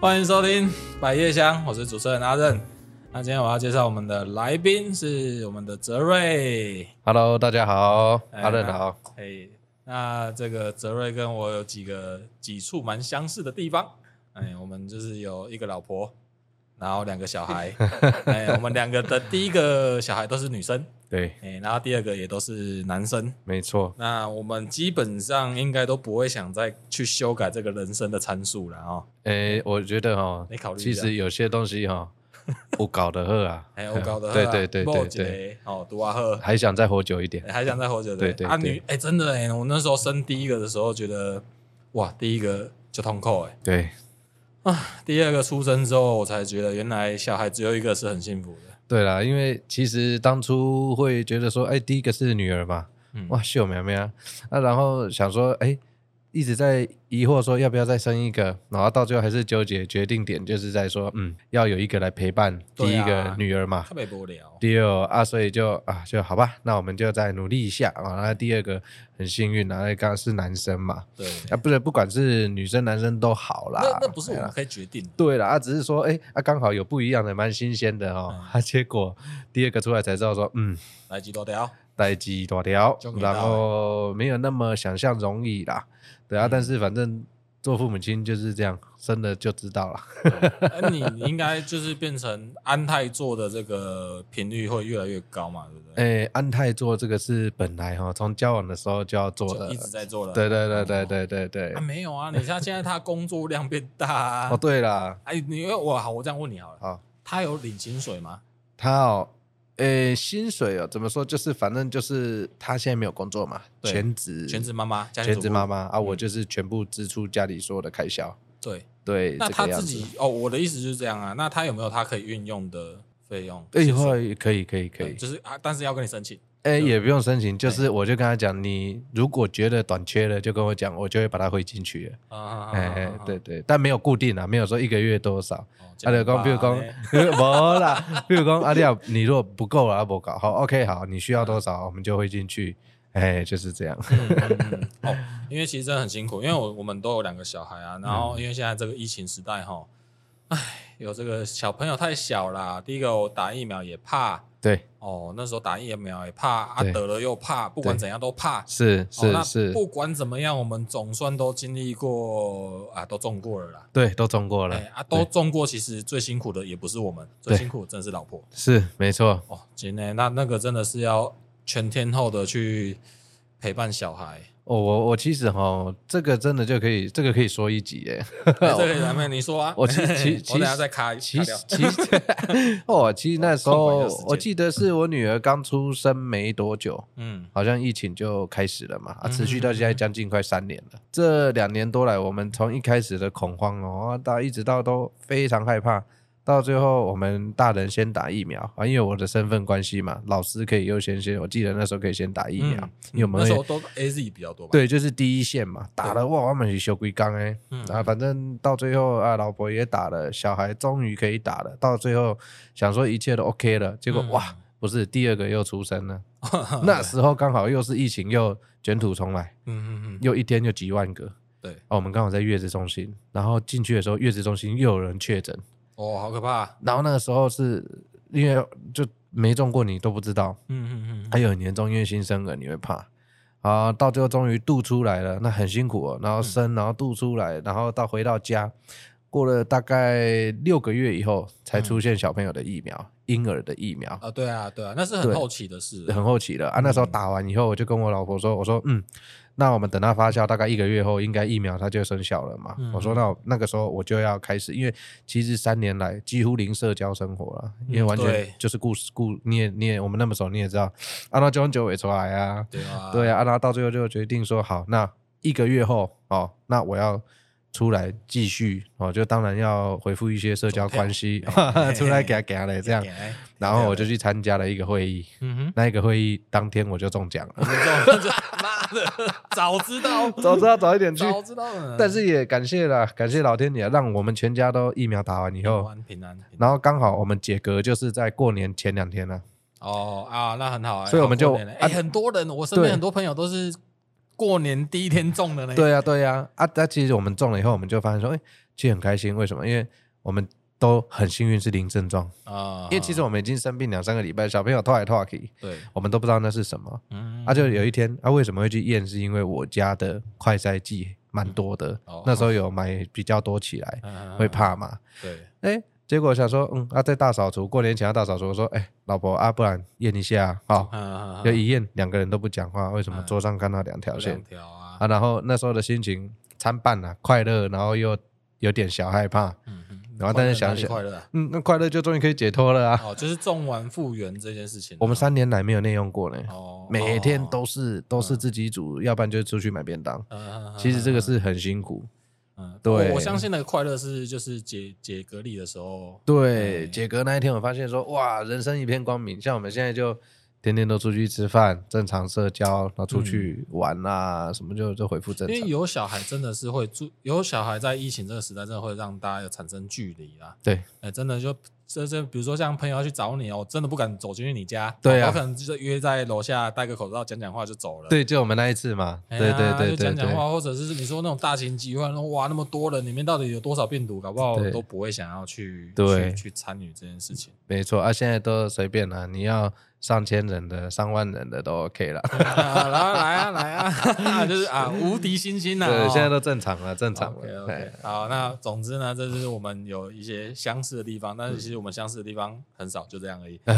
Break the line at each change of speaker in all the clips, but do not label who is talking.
欢迎收听《百叶香》，我是主持人阿任。那今天我要介绍我们的来宾是我们的泽瑞。
Hello，大家好，
哎
阿任好。
哎，那这个泽瑞跟我有几个几处蛮相似的地方。哎，我们就是有一个老婆，然后两个小 孩。哎，我们两个的第一个小孩都是女生，
对，
哎，然后第二个也都是男生。
没错，
那我们基本上应该都不会想再去修改这个人生的参数了哦。
诶、我觉得哈
你考虑，一下
其实有些东 西哈，不搞得喝啊，
哎，我搞得
对对对对对，
对，哦，读啊喝。
还想再活久一点
欸，还想再活久
对对
啊
对
女哎、真的哎、我那时候生第一个的时候觉得哇，第一个就痛苦哎、
对
第二个出生之后我才觉得原来小孩只有一个是很幸福的，
对啦，因为其实当初会觉得说，哎、第一个是女儿嘛，
嗯
哇，秀苗苗啊，啊，然后想说，哎、一直在疑惑说要不要再生一个，然后到最后还是纠结，决定点就是在说，嗯，要有一个来陪伴第
对
一
啊
个女儿嘛，
特别无聊。
第二啊，所以就啊，就好吧，那我们就再努力一下啊。那第二个很幸运啊，那刚刚是男生嘛，
对，
啊，不是，不管是女生男生都好啦。
那那不是我
哎
们
呀
可以决定的。
对啦，啊，只是说，哎、啊，刚好有不一样的，蛮新鲜的哦。啊，结果第二个出来才知道说，嗯，
来几多条？
待机多条
终，于到了
然后没有那么想象容易啦。对
嗯
啊，但是反正做父母亲就是这样，生了就知道了。
哎，你应该就是变成安泰做的这个频率会越来越高嘛，对不对？
哎、安泰做这个是本来哈、哦，从交往的时候就要做
就
的
一。直在做了。
对对对对对对对。
啊，没有啊，你像现在他工作量变大
哦，
啊。
对啦，
哎，你我好，我这样问你好了，
好，
他有领薪水吗？
他哦，诶，薪水哦，怎么说？就是反正就是他现在没有工作嘛，
对
全职，
全职，妈妈，家庭
全
主
职
妇嗯
妈。妈啊，我就是全部支出家里所有的开销。
对，
对，
那
这个
他
样
自
子
己哦，我的意思就是这样啊。那他有没有他可以运用的费用？
哎，
薪水
会可以可以可以
嗯，就是啊，但是要跟你申请。
哎，也不用申请，就是我就跟他讲，你如果觉得短缺了，就跟我讲，我就会把它汇进去了。
啊，
哎哎，对对，但没有固定啊，没有说一个月多少。
哦，
啊，就讲，比如讲， 无啦，比如讲，啊，你啊，你如果不够啊，不搞好，OK，好，你需要多少，我们就会进去，哎，就是这样。
嗯嗯哦，因为其实真的很辛苦，因为我我们都有两个小孩啊，然后
嗯
因为现在这个疫情时代哈，哎，有这个小朋友太小啦。第一个我打疫苗也怕
对，
哦，那时候打疫苗也怕啊，
对
得了又怕，不管
对
怎样都怕。
是
哦
是
那
是，
不管怎么样，我们总算都经历过啊，都中过了啦。
对，都中过了，
哎啊，都中过，其实最辛苦的也不是我们，最
对
辛苦的真的是老婆
是没错，
哦。今天那那个真的是要全天候的去陪伴小 孩。
哦，我我其实哈，这个真的就可以，这个可以说一集耶。
哎这个咱们你说啊，
我其其其
我等下再卡
其
卡
实
掉。
其实，哦，其实那时
空白
候
的时间
我记得是我女儿刚出生没多久，
嗯，
好像疫情就开始了嘛，啊，
嗯
持续到现在将近快三年了。这两年多来，我们从一开始的恐慌哦，啊到一直到都非常害怕，到最后我们大人先打疫苗啊，因为我的身份关系嘛，老师可以优先先，我记得那时候可以先打疫苗，
嗯
因为我们
那时
会
候都 A Z 比较多吧？，
对，就是第一线嘛，打了哇，我们是修龟缸哎，
嗯
啊，反正到最后啊，老婆也打了，小孩终于可以打了，到最后想说一切都 OK 了，结果、
嗯
哇，不是第二个又出 生了，那时候刚好又是疫情又卷土重来，
嗯嗯嗯，
又一天就几万个，
对，
啊，我们刚好在月子中心，然后进去的时候月子中心又有人确诊，
哦，好可怕。
然后那个时候是因为就没中过你都不知道，
嗯嗯嗯
还有很严重，因为新生儿你会怕啊，到最后终于渡出来了，那很辛苦哦。
嗯
然后生，然后渡出来，然后到回到家，过了大概六个月以后，才
嗯
出现小朋友的疫苗，婴儿的疫苗，
啊，对啊，对啊，那是很
对
后期的事。
很后期了啊。那时候
嗯
打完以后，我就跟我老婆说，我说嗯。那我们等它发酵大概一个月后，应该疫苗它就生效了嘛？
嗯
我说那我那个时候我就要开始，因为其实三年来几乎零社交生活了，因为
嗯
完全
对
就是故事故你也你也我们那么熟你也知道，啊那就很久尾出来啊，
对啊，
对啊，啊然后到最后就决定说，好，那一个月后哦，那我要出来继续哦，就当然要回复一些社交关系
走跳哎，
出来给他给他嘞这样。
哎
然后我就去参加了一个会议，
嗯
那一个会议当天我就中奖 了，
哼，这种这妈的，早知道，
早知道早一点 去。
早知道了。
但是也感谢了，感谢老天爷，让我们全家都疫苗打完以
平
后，
安平安，平安
然后刚好我们解隔就是在过年前两天了。
哦啊，那很好啊、
所以我们就
好过年了哎、
啊
很多人，我身边
对
很多朋友都是过年第一天中的呢。
啊对呀、对呀、啊，但其实我们中了以后，我们就发现说，哎，其实很开心。为什么？因为我们都很幸运是零症状，
啊，
因为其实我们已经生病两三个礼拜，小朋友拖来拖去，
对，
我们都不知道那是什么。
嗯
啊，就有一天，啊，为什么会去验？是因为我家的快筛剂蛮多的
哦，
那时候有买比较多起来，会，
啊
怕嘛？
对，
哎，结果想说，嗯，啊，在大扫除，过年前要大扫除，我说，哎，老婆啊，不然验一下，好，
啊
就一验，两个人都不讲话，为什么？
嗯
桌上看到两条线
两条啊，
啊，然后那时候的心情参半啊，快乐，然后又有点小害怕，
嗯嗯
然后但是
快乐哪
想
里
想
快乐 啊
嗯，那快乐就终于可以解脱了啊！
哦，就是种完复原这件事情啊，
我们三年来没有内用过呢，
哦，
每天
哦，
都是都是自己煮，要不然就出去买便当。
嗯
其实这个，是很辛
嗯
苦。
嗯嗯
对
我我相信那个快乐是就是解解隔离的时候，
对，
嗯
解隔那一天，我发现说，哇，人生一片光明。像我们现在就天天都出去吃饭，正常社交，然后出去玩啊，什么就就恢复正
因为
常。
有小孩真的是会住，有小孩在疫情这个时代，真的会让大家有产生距离啊。
对，
哎、真的就这这，比如说像朋友要去找你哦，我真的不敢走进去你家，
对啊
我可能就是约在楼下戴个口罩讲讲话就走了。
对，就我们那一次嘛。
哎
对
呀，
对
就
对对
讲讲
对
话，或者是你说那种大型集会，哇，那么多人，里面到底有多少病毒？搞不好
对
都不会想要去
对
去去参与这件事情。
没错啊，现在都随便啦、你要上千人的、上万人的都 OK 了。
啊然后来啊来啊， 就是啊，无敌星星呐、
对，
哦
现在都正常了，正常
OK
了。
OK，
哎
好，那总之呢，这就是我们有一些相似的地方，
嗯
但是其实我们相似的地方很少，就这样 而已。因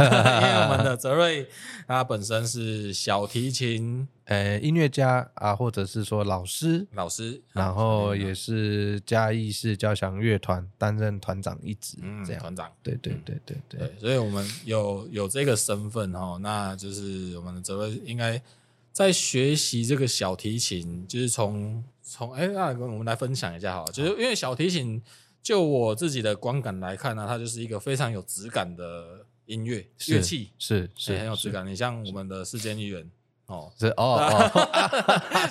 为我们的泽瑞他本身是小提琴
呃，音乐家啊，或者是说老师，
老师，
然后也是嘉义市交响乐团担任团长一职，
嗯
这样。
团长。
对对对对对。
对，所以我们有有这个身份哦，那就是我们的泽瑞应该在学习这个小提琴，就是从从哎，那我们来分享一下哈，就是因为小提琴，就我自己的观感来看呢、它就是一个非常有质感的音乐
是
乐器，
是
是
是
很有质
是
感。你像我们的世间一员哦，
是 哦哦，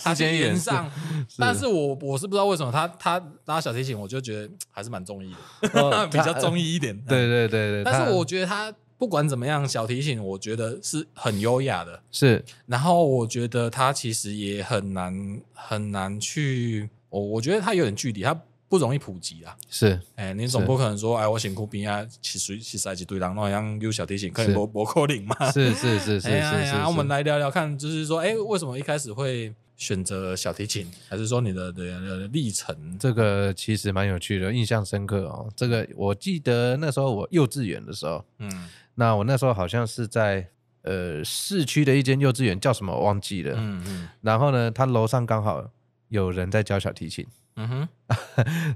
他去
间
演
也是
上，但是我我是不知道为什么他他拉小提琴，我就觉得嗯还是蛮中意的，
哦
比较中意一 点。
对对对对，
但是
他
我觉得他不管怎么样，小提琴我觉得是很优雅的。
是
然后我觉得他其实也很难很难去，我我觉得他有点距离，他不容易普及啊。
是
哎，你总不可能说，哎，我辛苦边啊，其实其实一堆人那样有小提琴，可以
是
博博扣领嘛。
是是是是
哎呀
是
哎呀
是，
我们来聊聊看，就是说，哎，为什么一开始会选择小提琴，还是说你的的的历程？
这个其实蛮有趣的，印象深刻哦。这个我记得那时候我幼稚园的时候，
嗯
那我那时候好像是在呃市区的一间幼稚园，叫什么我忘记了。
嗯嗯
然后呢，他楼上刚好有人在教小提琴，
嗯哼，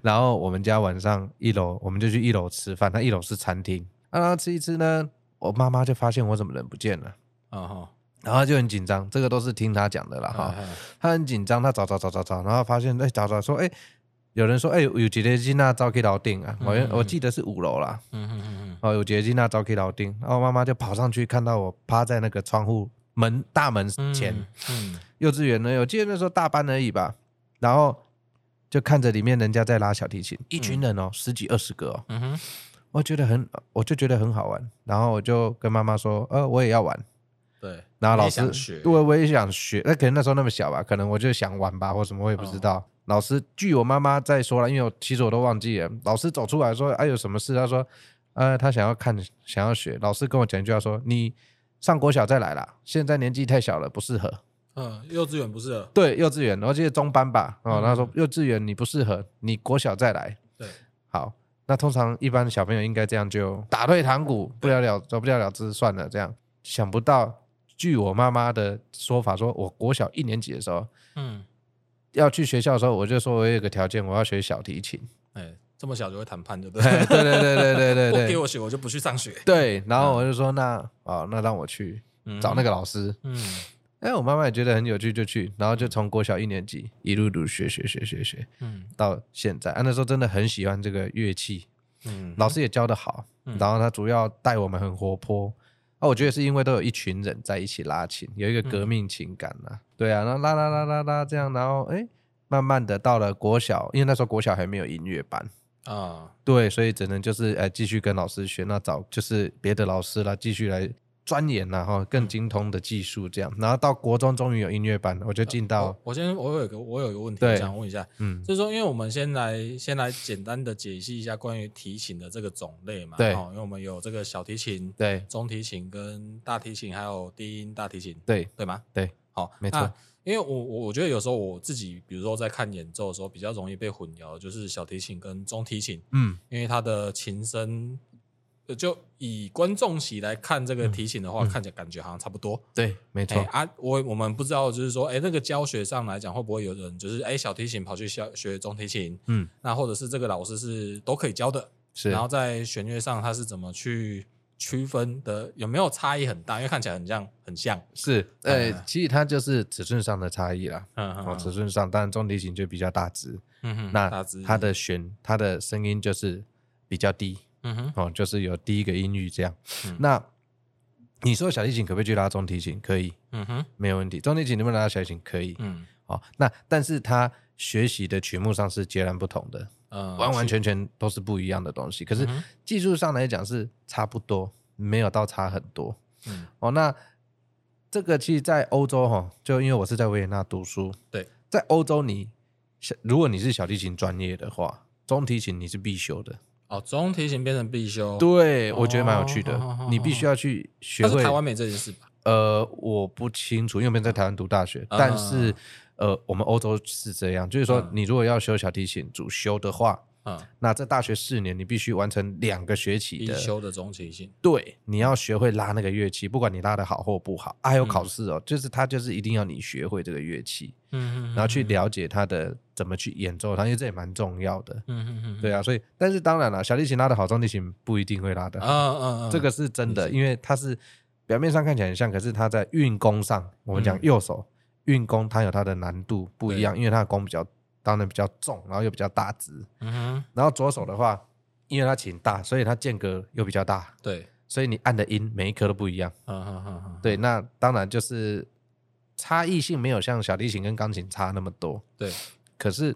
然后我们家晚上一楼，我们就去一楼吃饭，那一楼是餐厅，啊，然后吃一吃呢，我妈妈就发现我怎么人不见了。
啊哈，
然后就很紧张，这个都是听他讲的啦哈。
哎
他很紧张，他找找找找找，然后发现哎找找说哎，有人说哎有几个金娜招 K 老定啊，我
嗯嗯
我记得是五楼啦，
嗯嗯嗯嗯，
哦有几个金娜招 K 老定，然后哦妈妈就跑上去看到我趴在那个窗户门大门
嗯
前，，
嗯
幼稚园呢，我记得那时候大班而已吧，然后就看着里面人家在拉小提琴，一群人哦，十几二十个哦，
嗯哼，
我觉得很，我就觉得很好玩，然后我就跟妈妈说，呃我也要玩。
对，
然后
你
老
也想
师
学，
对，我也想学，那可能那时候那么小吧，可能我就想玩吧，或什么，我也不知道。
嗯
老师据我妈妈在说了，因为我其实我都忘记了。老师走出来说：“哎、有什么事？”他说：“呃，他想要看，想要学。”老师跟我讲一句话说：“你上国小再来啦，现在年纪太小了，不适合。
嗯，幼稚园不是了”，
对，幼稚园，我记得中班吧。哦，
嗯
他说幼稚园你不适合，你国小再来。
对，
好，那通常一般小朋友应该这样就打退堂鼓，不了了，走不了了之，算了。这样想不到，据我妈妈的说法说，我国小一年级的时候
嗯，
要去学校的时候，我就说我有一个条件，我要学小提 琴。
哎，这么小就会谈判，对不
对
对？
对对对 对对
不给
对
我学，我就不去上学。
对。然后我就说那哦，那让我去找那
个，
个老师。
嗯
哎，我妈妈也觉得很有趣，就去，然后就从国小一年级一路路学学学学学
嗯
到现在。啊，那时候真的很喜欢这个乐器，
嗯，
老师也教的好，
嗯
然后他主要带我们很活泼。啊，我觉得是因为都有一群人在一起拉琴，有一个革命情感啊。对啊，然后拉拉拉拉拉这样，然后哎，慢慢的到了国小，因为那时候国小还没有音乐班，
啊，
对，所以只能就是呃继续跟老师学，那找就是别的老师啦，继续来钻研然、后更精通的技术这样。然后到国中终于有音乐班，我就进到
我我先我有一个我有一个问题
对
我想问一下，
嗯
就是说，因为我们先来先来简单的解析一下关于提琴的这个种类嘛，
对
哦，因为我们有这个小提琴、
对
中提琴跟大提琴，还有低音大提琴，
对
对吗？
对，
好，
没错
那因为我我我觉得有时候我自己，比如说在看演奏的时候，比较容易被混淆，就是小提琴跟中提琴，
嗯
因为它的琴声，呃就以观众席来看这个提琴的话，看起来感觉好像差不多。
对，嗯没
哎、
错，
啊，我我们不知道，就是说，哎、那个教学上来讲，会不会有人就是哎、小提琴跑去学学中提琴，
嗯
那或者是这个老师是都可以教的，
是
然后在弦乐上他是怎么去区分的，有没有差异很大？因为看起来很像，很像，
是，呃
嗯，
其实它就是尺寸上的差异啦。
嗯
哦，尺寸上，当然中提琴就比较大只，
嗯哼
那
大致
它的弦，它的声音就是比较低，
嗯哼，
哦，就是有第一个音域这样。
嗯
那你说小提琴可不可以去拉中提琴？可以，
嗯哼，
没有问题。中提琴能不能拉小提琴？可以。
嗯
哦，那但是它学习的曲目上是截然不同的，
呃，
完
是
完全全都是不一样的东西。可是
嗯哼
技术上来讲是差不多，没有到差很多。
嗯
哦，那这个其实，在欧洲哈、就因为我是在维也纳读书，
对，
在欧洲你小如果你是小提琴专业的话，中提琴你是必修的。
哦，中提琴变成必修，
对，我觉得蛮有趣的，
哦哦哦哦
你必须要去学
但是
会。
台湾没这件事吧？
呃，我不清楚，因为我没有在台湾读大学，
嗯
但是呃，我们欧洲是这样，就是说
嗯
你如果要修小提琴主修的话，
嗯，
那在大学四年你必须完成两个学期
必
的
修的中提琴，
对，你要学会拉那个乐器，不管你拉的好或不好，啊、还有
嗯
考试哦，就是他就是一定要你学会这个乐器，
嗯
然后去，了解它的怎么去演奏它，因为这也蛮重要的。
嗯嗯嗯，
对啊，所以但是当然了，小提琴拉的好，中提琴不一定会拉的
嗯，嗯嗯，
这个是真的，因为它是表面上看起来很像，可是它在运功上，我们讲
嗯
右手、运功，它有它的难度不一样，因为它的弓比较当然比较重，然后又比较大只，
嗯哼，
然后左手的话，因为它琴大，所以它间隔又比较大，
对，
所以你按的音每一颗都不一样。
嗯嗯嗯嗯，
对，那当然就是差异性没有像小提琴跟钢琴差那么多，
对，
可是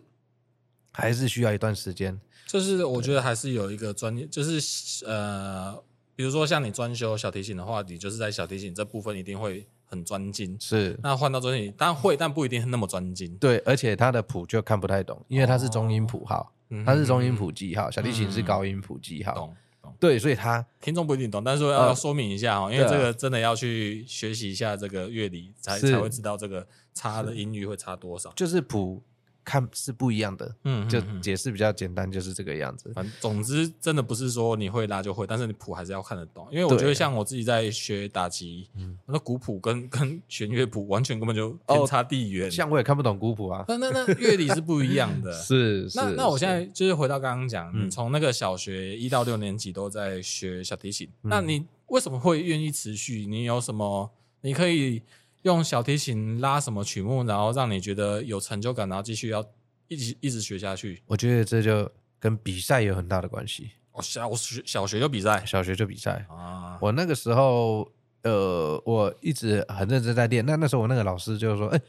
还是需要一段时间。
就是我觉得还是有一个专业，就是呃，比如说像你专修小提琴的话，你就是在小提琴这部分一定会很专精。
是，
那换到中提琴，当然会，但不一定那么专精。
对，而且它的谱就看不太懂，因为它是中音谱号，
嗯
它是中音谱记号，小提琴是高音谱记号。
懂懂，
对，所以它
听众不一定懂，但是要
呃
说明一下哦，因为这个真的要去学习一下这个乐理，才
是
才会知道这个差的音域会差多少。
就是谱看是不一样的，
嗯，
就
嗯嗯
解释比较简单，就是这个样子。
反正总之，真的不是说你会拉就会，但是你谱还是要看得懂。因为我
对
觉得像我自己在学打击，那古谱跟跟弦乐谱完全根本就天差地远。
像我也看不懂古谱啊，
那那那乐理 是不一样的。
是是。
嗯那那我
是
现在就是回到刚刚讲，
嗯
你从那个小学一到六年级都在学小提琴，那你为什么会愿意持续？你有什么？你可以用小提琴拉什么曲目，然后让你觉得有成就感，然后继续要一直一直学下去？
我觉得这就跟比赛有很大的关系。
哦，小学小学就比赛
小学就比赛，
啊，
我那个时候呃，我一直很认真在练。那那时候我那个老师就说：“哎、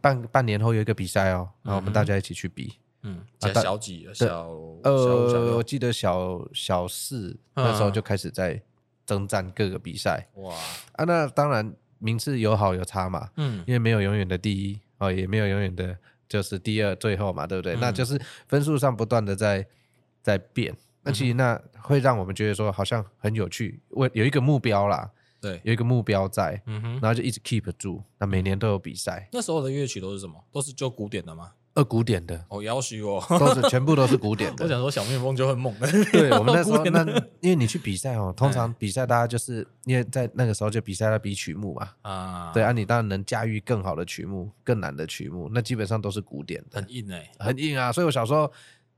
半半年后有一个比赛哦，然后我们大家一起去比。
嗯，
啊
小
但
小几小小五小
呃，我
六，嗯
记得小小四那时候就开始在征战各个比赛
哇，
啊。那当然名次有好有差嘛，
嗯
因为没有永远的第一哦，也没有永远的就是第二、最后嘛，对不对？
嗯
那就是分数上不断的在在变。那其
嗯
实那会让我们觉得说好像很有趣，我有一个目标啦，
对，
有一个目标在，
嗯哼
然，后就一直 keep 住。那每年都有比赛，
那时候的乐曲都是什么？都是就古典的吗？
呃，古 典的
哦，要许我，
都是全部都是古典
我
的。
想说小蜜蜂就很 猛
对我们那时
古
候，
典
那
的哎
因为你去比赛哦，通常比赛大家就是因为在那个时候就比赛要比曲目嘛，
啊，
对，啊，你当然能驾驭更好的曲目、更难的曲目，那基本上都是古典的，
很硬哎，
很硬啊。所以我小时候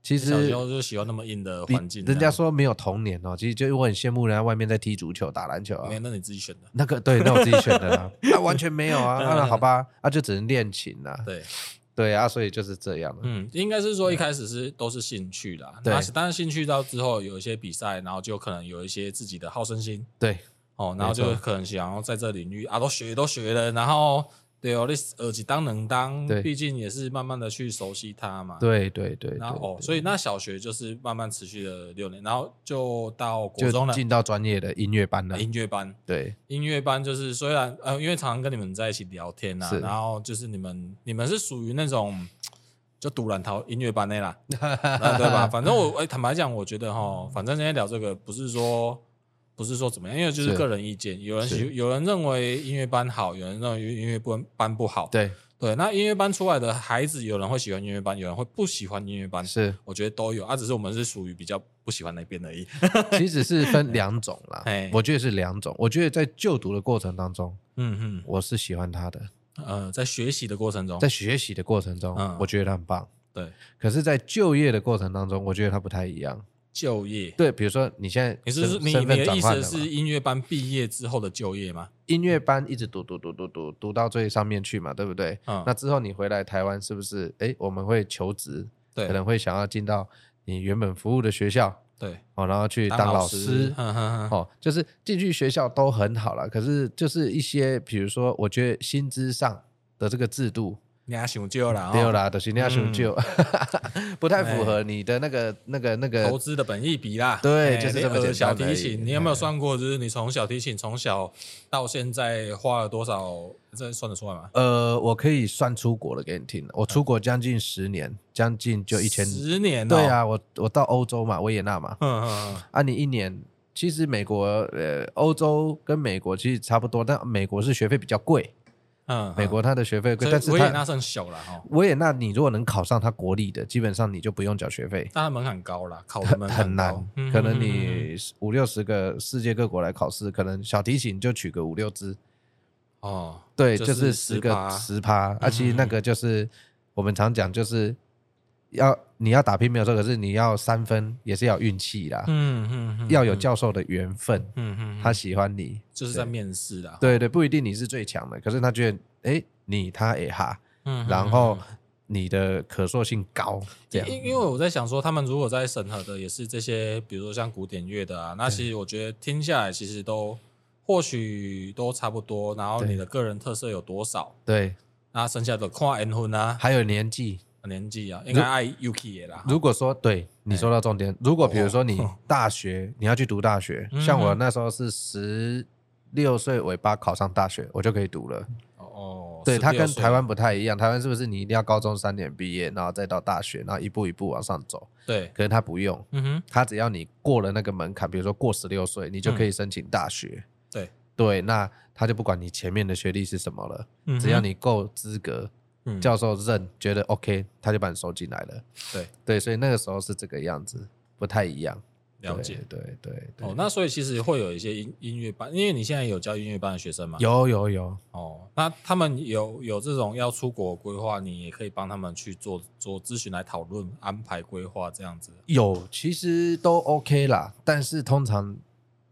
其
小
实
时候就喜欢那么硬的
比
环境，
人家
这
说没有童年哦，其实就我很羡慕人家外面在踢足球、打篮球
样
啊
没，有，那你自己选的，
那个对，那我自己选的 啦，啊，完全没有啊，啊，好吧，啊，就只能练琴啦，
对，
对啊，所以就是这样了，
嗯，应该是说一开始是都是兴趣啦，
对
那当然兴趣到之后有一些比赛，然后就可能有一些自己的好胜心，
对，
哦，然后
没错
就可能想要在这领域啊都学都学了，然后对哦，你耳机当能当
对，
毕竟也是慢慢的去熟悉它嘛。。
对对对对，
然后哦，所以那小学就是慢慢持续了六年，然后就到国中
就
了，哎
进到专业的音乐班了。
音乐班。
对
音乐班就是虽然呃，因为常常跟你们在一起聊天啊
是，
然后就是你们你们是属于那种就独揽淘音乐班内啦， 啊对吧？反正我、哎坦白讲，我觉得哈，反正今天聊这个不是说不是说怎么样，因为就是
是
个人意见，有人
是
喜有人认为音乐班好，有人认为音乐班班不好，
对，
对。那音乐班出来的孩子，有人会喜欢音乐班，有人会不喜欢音乐班，
是，
我觉得都有啊，只是我们是属于比较不喜欢那边而已。
其实是 分两种啦
嘿。
我觉得是两种。我觉得在就读的过程当中，
嗯
我是喜欢他的，
嗯，呃，在学习的过程中
在，学习的过程中
嗯，
我觉得他很棒。
对
可是，在就业的过程当中，我觉得他不太一样。
就业。
对，比如说你现在
你是
身
你
身
你
份
的
转
意
换
思
了嘛
是音乐班毕业之后的就业吗？
音乐班一直读读读读读读到最上面去嘛，对不对？
嗯，
那之后你回来台湾是不是？哎，我们会求职，可
对
能会想要进到你原本服务的学校
对，
哦，然后去当老 师
师，嗯嗯嗯
哦，就是进去学校都很好了，可是就是一些比如说，我觉得薪资上的这个制度，
你还想就啦，哦
对，啦，就是你要想就 不太符合你的那个那个那
投
个，
资的本益比啦，
呃对
哎
就是这么
你
简单
呃小
而
提
已哎
琴，你有没有算过？就是你从小提琴从小到现在花了多少？这算得出来吗？
呃，我可以算出国了给你听了，我出国将近十年，将近就一千，
嗯十年哦，
对啊，我我到欧洲嘛，维也纳嘛，
嗯，嗯嗯
啊，你一年其实美国呃，欧洲跟美国其实差不多，但美国是学费比较贵，
嗯，嗯
美国它的学费贵，
所
但
以
是
维也纳
它
算小哦了哈，
维也纳你如果能考上它国立的，基本上你就不用缴学费，
但它门槛高啦，考的门槛
很难
高嗯，
可
嗯
能
嗯嗯
你五六十个世界各国来考试，可能小提琴就取个五六支，
哦，
对，
就
就是是十个
10%
十趴，啊，其实那个就是我们常讲就是。要你要打拼没有错，可是你要三分也是要有运气啦，
嗯嗯嗯，
要有教授的缘分，
嗯嗯，
他
他
喜欢你，
就是在面试啦，
对对，不一定你是最强的，可是他觉得，哎，你他也哈，
嗯，嗯
然
嗯
后你的可塑性高，这样
因因为我在想说，他们如果在审核的也是这些，比如说像古典乐的啊，那其实我觉得听下来其实都或许都差不多，然后
对
你的个人特色有多少，
对，
那剩下的跨缘婚啊、
还有年纪。
年纪啊，应该爱 Yuki 的啦。
如果说对你说到重点，如果比如说你大学你要去读大学，
哦嗯
像我那时候是十六岁尾巴考上大学，我就可以读了。
哦，
对，它
16
跟
岁
台湾不太一样，台湾是不是你一定要高中三年毕业，然后再到大学，然后一步一步往上走？
对，
可是它不用，
嗯哼，
他只要你过了那个门槛，比如说过十六岁，你就可以申请大学。
嗯对
对，那他就不管你前面的学历是什么了，
嗯哼
只要你够资格，
嗯
教授认觉得 OK，他就把你收进来了。
对
对，所以那个时候是这个样子，不太一样。
了解。
对对对对
哦，那所以其实会有一些音音乐班，因为你现在有教音乐班的学生嘛。
有有有，
哦，那他们有有这种要出国规划，你也可以帮他们去做做咨询来讨论安排规划这样子。
有，其实都 OK 啦，但是通常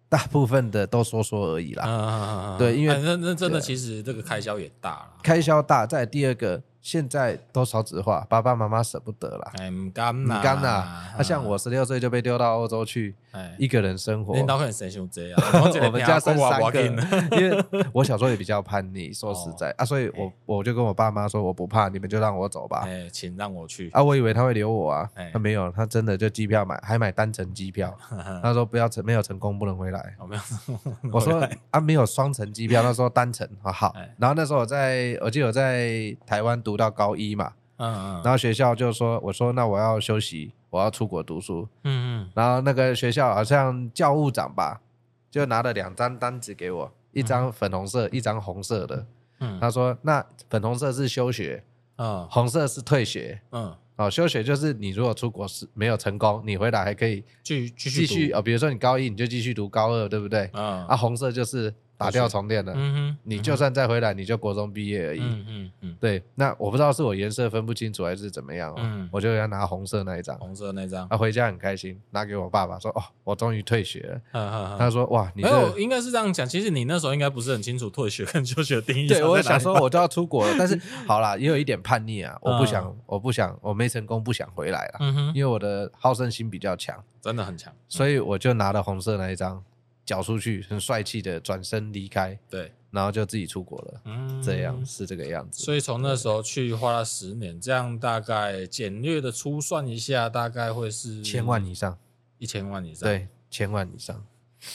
大部分的都说说而已啦。
啊，
对因为
哎那那真的
对
其实这个开销也大了，
开销大，再来第二个，现在都少子化，爸爸妈妈舍不得啦。
哎，唔甘
你
呐，
干呐！他啊像我，十六岁就被丢到欧洲去
哎，
一个人生活。
领导可能神兄这样，我一
我
个
们
人
家生
我
三
啊我
个
我紧，
因为我小时候也比较叛 逆，说实
哦
在啊，所以我我就跟我爸妈说，我不怕，你们就让我走吧。
哎，请让我去，
啊，我以为他会留我啊
哎，
他没有，他真的就机票买，还买单程机票。他说不要成，没有成功不能回来。
有没有？
我说啊，没有双层机票，那时候单程 啊好
哎。
然后那时候我在，我记得我在台湾读到高一嘛，
嗯嗯
然后学校就说，我说那我要休息，我要出国读书。
嗯
然后那个学校好啊像教务长吧，就拿了两张单子给我，一张粉红色，一张红色的。
嗯嗯
他说：“那粉红色是休学，
嗯
红色是退学。
嗯，
哦，休学就是你如果出国是没有成功，你回来还可以
继继
继
续
续
读
哦，比如说你高一你就继续读高二，对不对？
嗯
啊，，红色就是打掉重练了，
嗯哼，
你就算再回来，你就国中毕业而已。
嗯嗯嗯，
对，那我不知道是我颜色分不清楚还是怎么样哦，
嗯哦
我就要拿红色那一张。”
红色那张，
啊，回家很开心，拿给我爸爸说：“哦，我终于退学了。”
嗯嗯嗯。
他说：“哇，你
没
这
有，
个
应该是这样讲。其实你那时候应该不是很清楚退学跟休学的定 义。
对我想说，我就要 出国了，但是好啦，也有一点叛逆啊，我不想，我不想，我没成功，不想回来啦，
嗯哼，
因为我的好胜心比较强，
真的很强。
所以我就拿了红色那一张，缴出去，很帅气的转身离开。
对，
然后就自己出国了，
嗯
这样。是这个样子。
所以从那时候去花了十年，这样大概简略的粗算一下，大概会是
千万以上，
一千万以上。，
对，千万以上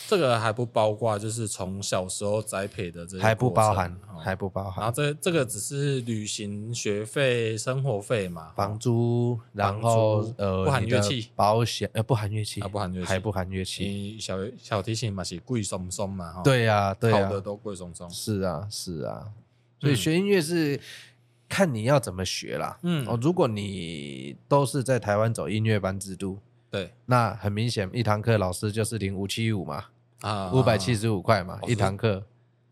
这个还不包括就是从小时候栽培的这些
还不
过程
包含，
哦
还不包
然后
含
这这个只是旅行学费、生活费嘛，
房租，然
房
后
租
呃，
不含
你的
乐器
保险，呃，不含乐器，
啊不含乐器嗯
还不含乐器。
你小小提琴嘛是贵松松嘛，哈，
对呀，对啊
好
呀，
的都贵松松。
是啊，是啊，所
嗯
以学音乐是看你要怎么学啦。
嗯
哦，如果你都是在台湾走音乐班制度，
对
那很明显一堂课老师就是领五七五嘛，
啊，
五百七，十五块嘛，
哦
一堂课。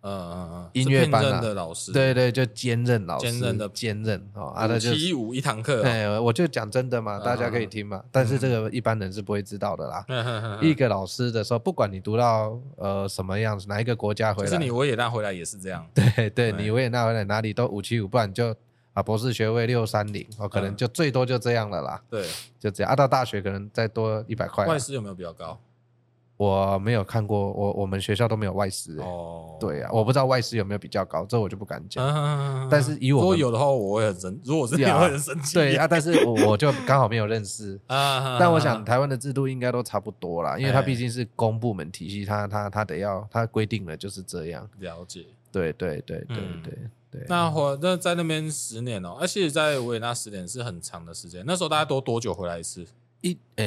嗯嗯嗯，
音乐班
是
啊
聘任的老师，
对对，就兼任老师，
兼任的
兼任哦，啊，
五
那就
七五嗯一堂课哦，
哎，我就讲真的嘛，
嗯
大家可以听嘛，但是这个一般人是不会知道的啦。一
一
个老师的时候，不管你读到呃什么样子，哪一个国家回
可
来，
是你我也带回来也是这样，
对对，
对
你维也纳回来哪里都五七五，不然就啊博士学位六三零，哦，可能
嗯
就最多就这样了啦，
对，
就这样。啊，到大学可能再多一百块啦。
外师有没有比较高？
我没有看过，我我们学校都没有外师、欸。
哦，
对啊，我不知道外师有没有比较高，这我就不敢讲。
嗯，
但是以
如
我
果
们
有的话，我会很生，如果真的
呀
有会很生气，
对啊，但是 我我就刚好没有认识。
啊，
但我想台湾的制度应该都差不多啦，因为它毕竟是公部门体系，它它它得要它规定了就是这样。
了解。
对对对对
嗯
对对。
那或那在那边十年哦，而且在维也纳十年是很长的时间。那时候大家都多久回来一次？
一呃、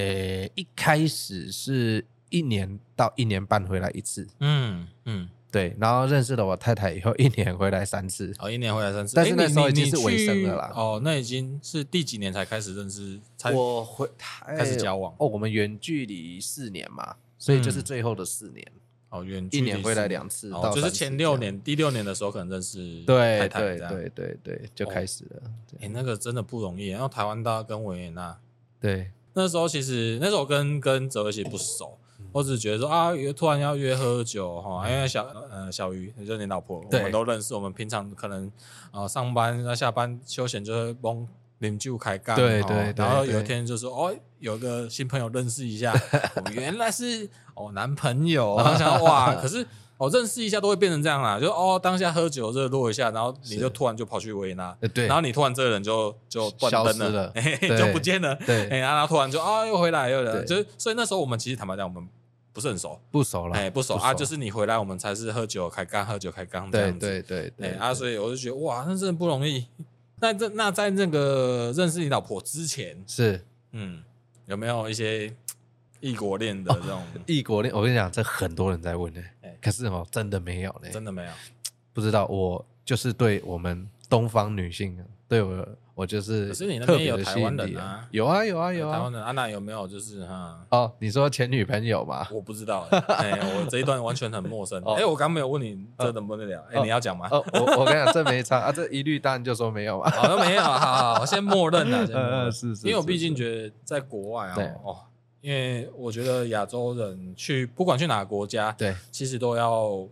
一开始是一年到一年半回来一次，
嗯嗯，
对，然后认识了我太太以后，一年回来三次，
哦，一年回来三次。
但是
诶
那
你
时候
你
已经
你
是尾
去
声了啦
哦，那已经是第几年才开始认识？才
我回台
开始交往
哦，我们远距离四年嘛，所以就是最后的四年，
哦，远距
一
离
年回来
是
两次到
哦
三次，
就是前六，年、第六年的时候可能认识
对
太太
对
这样。
对对对，就开始了，
哎，那个真的不容易。然后台湾到跟维也纳，
对
那时候其实那时候跟跟泽维其实不熟，我只是觉得说啊，约突然要约喝酒哈，因为小呃小鱼就是你老婆，我
对
们都认识，我们平常可能呃上班那下班休闲就会帮领酒开干，
对
哦
对对
然后有一
对
天就说哦，有个新朋友认识一 下，哦原来是哦男朋友，然后想说哇，可是。哦，认识一下都会变成这样啦，就哦，当下喝酒热络一下，然后你就突然就跑去维也纳，
呃对
然后你突然这个人就就断
消
灯
失了
嘿嘿
对
就不见了，哎、
对，
然后突然就啊、又回来又来，
对
就是所以那时候我们其实坦白讲，我们不是很熟，
不熟了，
哎、不熟
不
啊，
熟
就是你回来我们才是喝酒开干，喝酒开干这
对
样子，
对对
哎、
对，
啊，所以我就觉得哇，那真的不容易。那这那在那个认识你老婆之前，
是
嗯，有没有一些异国恋的这 种？
异国恋，我跟你讲，这很多人在问呢、
哎
可是哦，真的没有呢、
真的没有，
不知道，我就是对我们东方女性啊，对我我就是
可是你那边
特别
有
的
台
吸
湾
引
人
力
啊
有啊有啊有
台
啊
湾。的安娜有没有就是哈？
哦，你说前女朋 友嘛？
我不知 道，哎、我这一段完全很陌生。哎、
哦
我刚没有问你这能不能聊，哎、
哦
你要讲吗？
哦，我我跟你讲，这没差啊，这一律当然就说没 有嘛。
好像没有，好好，好我先默认啊 了，先默认
呃，是是，
因为我
是
毕竟
是
觉得在国外啊、
对
哦，因为我觉得亚洲人去不管去哪个国家，
对
其实都要，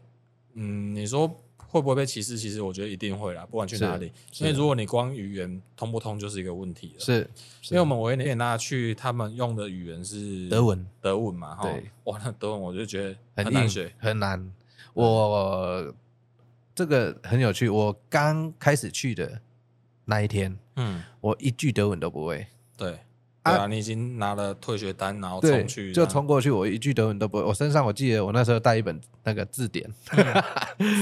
嗯，你说会不会被歧视？其实我觉得一定会啦，不管去哪里，
是
因
啊
为如果你光语言通不通就是一个问题了。
是，
因
是
为我们维也纳去他们用的语言是
德文
德文嘛，哈
对，
哇，那德文我就觉得
很
难
硬
学，
很难。我这个很有趣，我刚开始去的那一天，
嗯，
我一句德文都不会。
对，
啊
对啊，你已经拿了退学单，然后
对
冲去，
就冲过去，我一句德文都不会。我身上我记得我那时候带一本那个字典，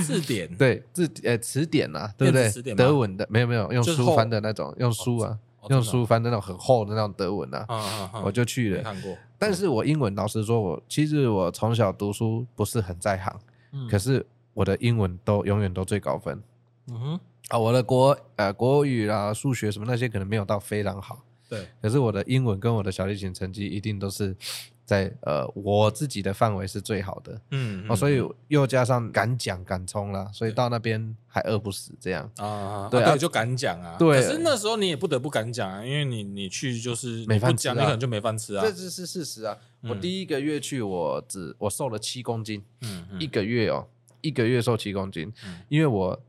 字典，
对字呃词典啊，对不
电
对
子词典？吗
德文的没有没有用
就是
书
厚
翻的那种，用书啊，
哦
用，书翻的那种很厚的那种德文啊，
真的哦嗯嗯嗯，
我就去
没
了。
看过，
但是我英文老实说，我其实我从小读书不是很在行，
嗯
可是我的英文都永远都最高分
嗯哼，
啊。我的国呃国语啊、数学什么那些可能没有到非常好，
对，
可是我的英文跟我的小提琴成绩一定都是在呃我自己的范围是最好的。
嗯
哦，所
嗯
以又加上敢讲敢冲啦，所以
对
到那边还饿不死这样，
啊啊，
对
对，
啊
就敢讲啊。
对
可是那时候你也不得不敢讲啊，因为你你去就是
没饭
你不讲，
吃
你
啊
可能就没饭吃啊
这。这是事实啊。我
嗯
第一个月去，我只我瘦了七公斤，
嗯
一个月哦，一个月瘦七公斤
嗯，
因为我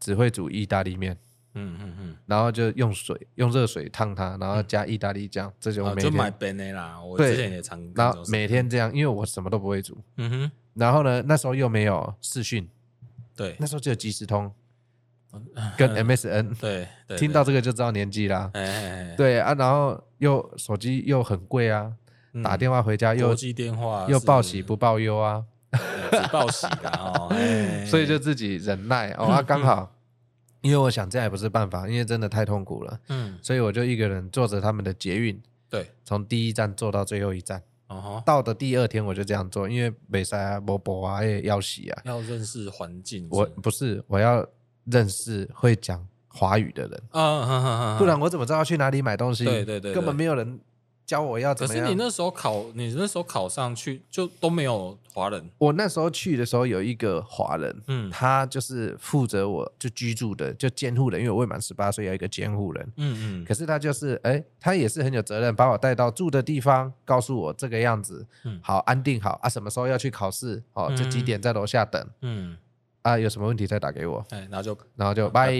只会煮意大利面，
嗯嗯
然后就用水用热水烫它，然后加意大利酱，这就
嗯，
我
啊
每
就买
天，
本 a 啦，我
对
之前也常干这
然后
种事
每天这样，因为我什么都不会煮。
嗯哼，
然后呢，那时候又没有视讯，
对
那时候只有即时通跟 MSN，
嗯 对对，
听到这个就知道年纪啦。
对哎哎哎
对啊，然后又手机又很贵啊，
嗯
打电话回家又
国际电话
又
是
报喜不报忧啊，
对只报喜的 哦，哎
所以就自己忍耐哦啊，刚好，因为我想这样也不是办法，因为真的太痛苦了，
嗯
所以我就一个人坐着他们的捷运，
对，
从第一站坐到最后一站。
哦吼
到的第二天我就这样做，因为北塞啊、波波啊、也要洗啊，
要认识环境，
我
是
不是我要认识会讲华语的人，
啊啊啊啊，啊
不然我怎么知道去哪里买东西？
对对对对
根本没有人教我要
可
怎么
是
样。
你那时候考，你那时候考上去就都没有华人，
我那时候去的时候有一个华人，
嗯
他就是负责我就居住的，就监护人，因为我未满十八岁要一个监护人。
嗯嗯，
可是他就是，哎、他也是很有责任，把我带到住的地方，告诉我这个样子，
嗯
好安定好啊，什么时候要去考试，哦，就几
嗯
点在楼下等、
嗯，
啊，有什么问题再打给我，
哎，然后就
然后就拜，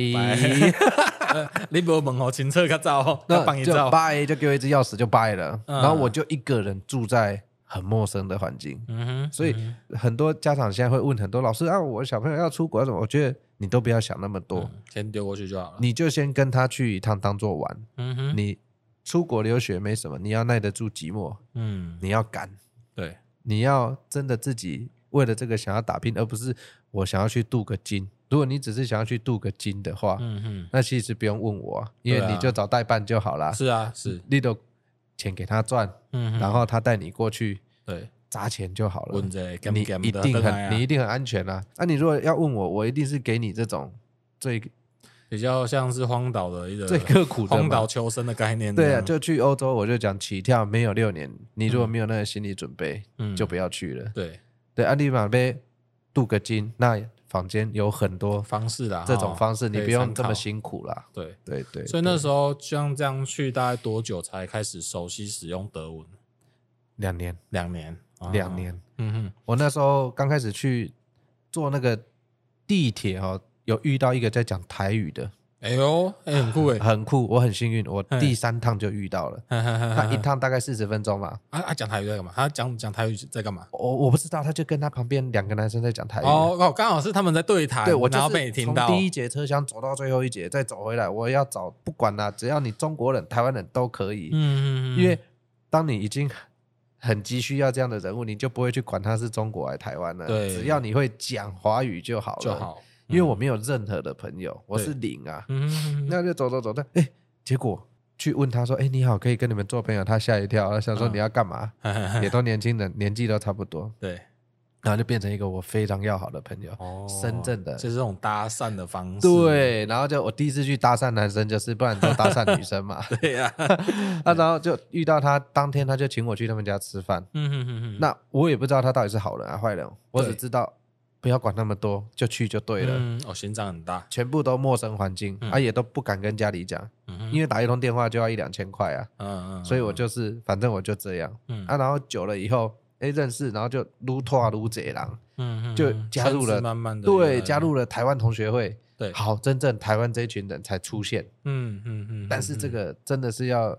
呃你无问哦，清澈较早哦，要帮
那
你
就
照，
拜，就给我一支钥匙就拜了，
嗯
然后我就一个人住在很陌生的环境，
嗯哼，
所以
嗯
很多家长现在会问很多老师啊，我小朋友要出国要怎么？我觉得你都不要想那么多，
嗯先丢过去就好了，
你就先跟他去一趟当做玩。
嗯哼，
你出国留学没什么，你要耐得住寂寞，
嗯，
你要敢，
对，
你要真的自己为了这个想要打拼，而不是我想要去镀个金。如果你只是想要去镀个金的话，
嗯哼，
那其实不用问我啊，因为
对啊
你就找代办就好啦。
是啊，是，
你都钱给他赚，
嗯哼，
然后他带你过去
对，
砸钱就好了
问。这
你一定很，你一定很安全啊。那、你如果要问我，我一定是给你这种最
比较像是荒岛的一个
最刻苦的
荒岛
嘛。
求生的概念这
对啊，
样，
就去欧洲，我就讲起跳没有六年，你如果没有那个心理准备，
嗯
就不要去了。
对
对，安利马杯镀个金，那房间有很多
方式啦，
这种
哦
方式，你
可以
不用
参
这么
考
辛苦啦。
对。
对对，
所以那时候像这样去，大概多久才开始熟悉使用德文？
两年，
两年，啊
两。年，
嗯哼，
我那时候刚开始去坐那个地铁哦，有遇到一个在讲台语的，
哎呦，哎、很酷 哎、
很酷，我很幸运，我
嗯
第三趟就遇到了。他
他
啊一趟大概四十分钟嘛，
啊啊，讲台语在干嘛？他讲讲台语在干嘛？
我我不知道，他就跟他旁边两个男生在讲台语。啊
哦哦，刚好是他们在对谈，
对，我
然
就
后被你
是
听
从
到。
第一节车厢走到最后一节，再走回来。我要找不管啦、只要你中国人、台湾人都可以，
嗯嗯嗯，
因为当你已经很急需要这样的人物，你就不会去管他是中国还是台湾了。
对
只要你会讲华语就好了。
就，好，
因为我没有任何的朋友，我是零啊。
嗯哼，
那就走走走的，哎、结果去问他说：“哎、你好，可以跟你们做朋友？”他吓一跳，他想说
嗯
你要 干嘛？
嗯
也都年轻人，年纪都差不多，
对，
然后就变成一个我非常要好的 朋友。
哦
深圳的
就是这种搭讪的方式。
对，然后就我第一次去搭讪男生，就是不然都搭讪女 生嘛。
对啊 呀、
那然后就遇到他，当天他就请我去他们家吃饭。
嗯哼哼哼，
那我也不知道他到底是好人还是坏人，我只
对
知道不要管那么多，就去就对了。
嗯，哦，心脏很大，
全部都陌生环境，啊，也都不敢跟家里讲，
嗯哼，
因为打一通电话就要一两千块啊，
嗯嗯，
所以我就是反正我就这样
嗯
啊，然后久了以后，哎，认识，然后就撸拖撸贼狼，
嗯嗯
就
嗯
加入了
甚至慢慢的
对，加入了台湾同学会，
对，
好，真正台湾这一群人才出现，
嗯嗯嗯，
但是这
个。
个真的是要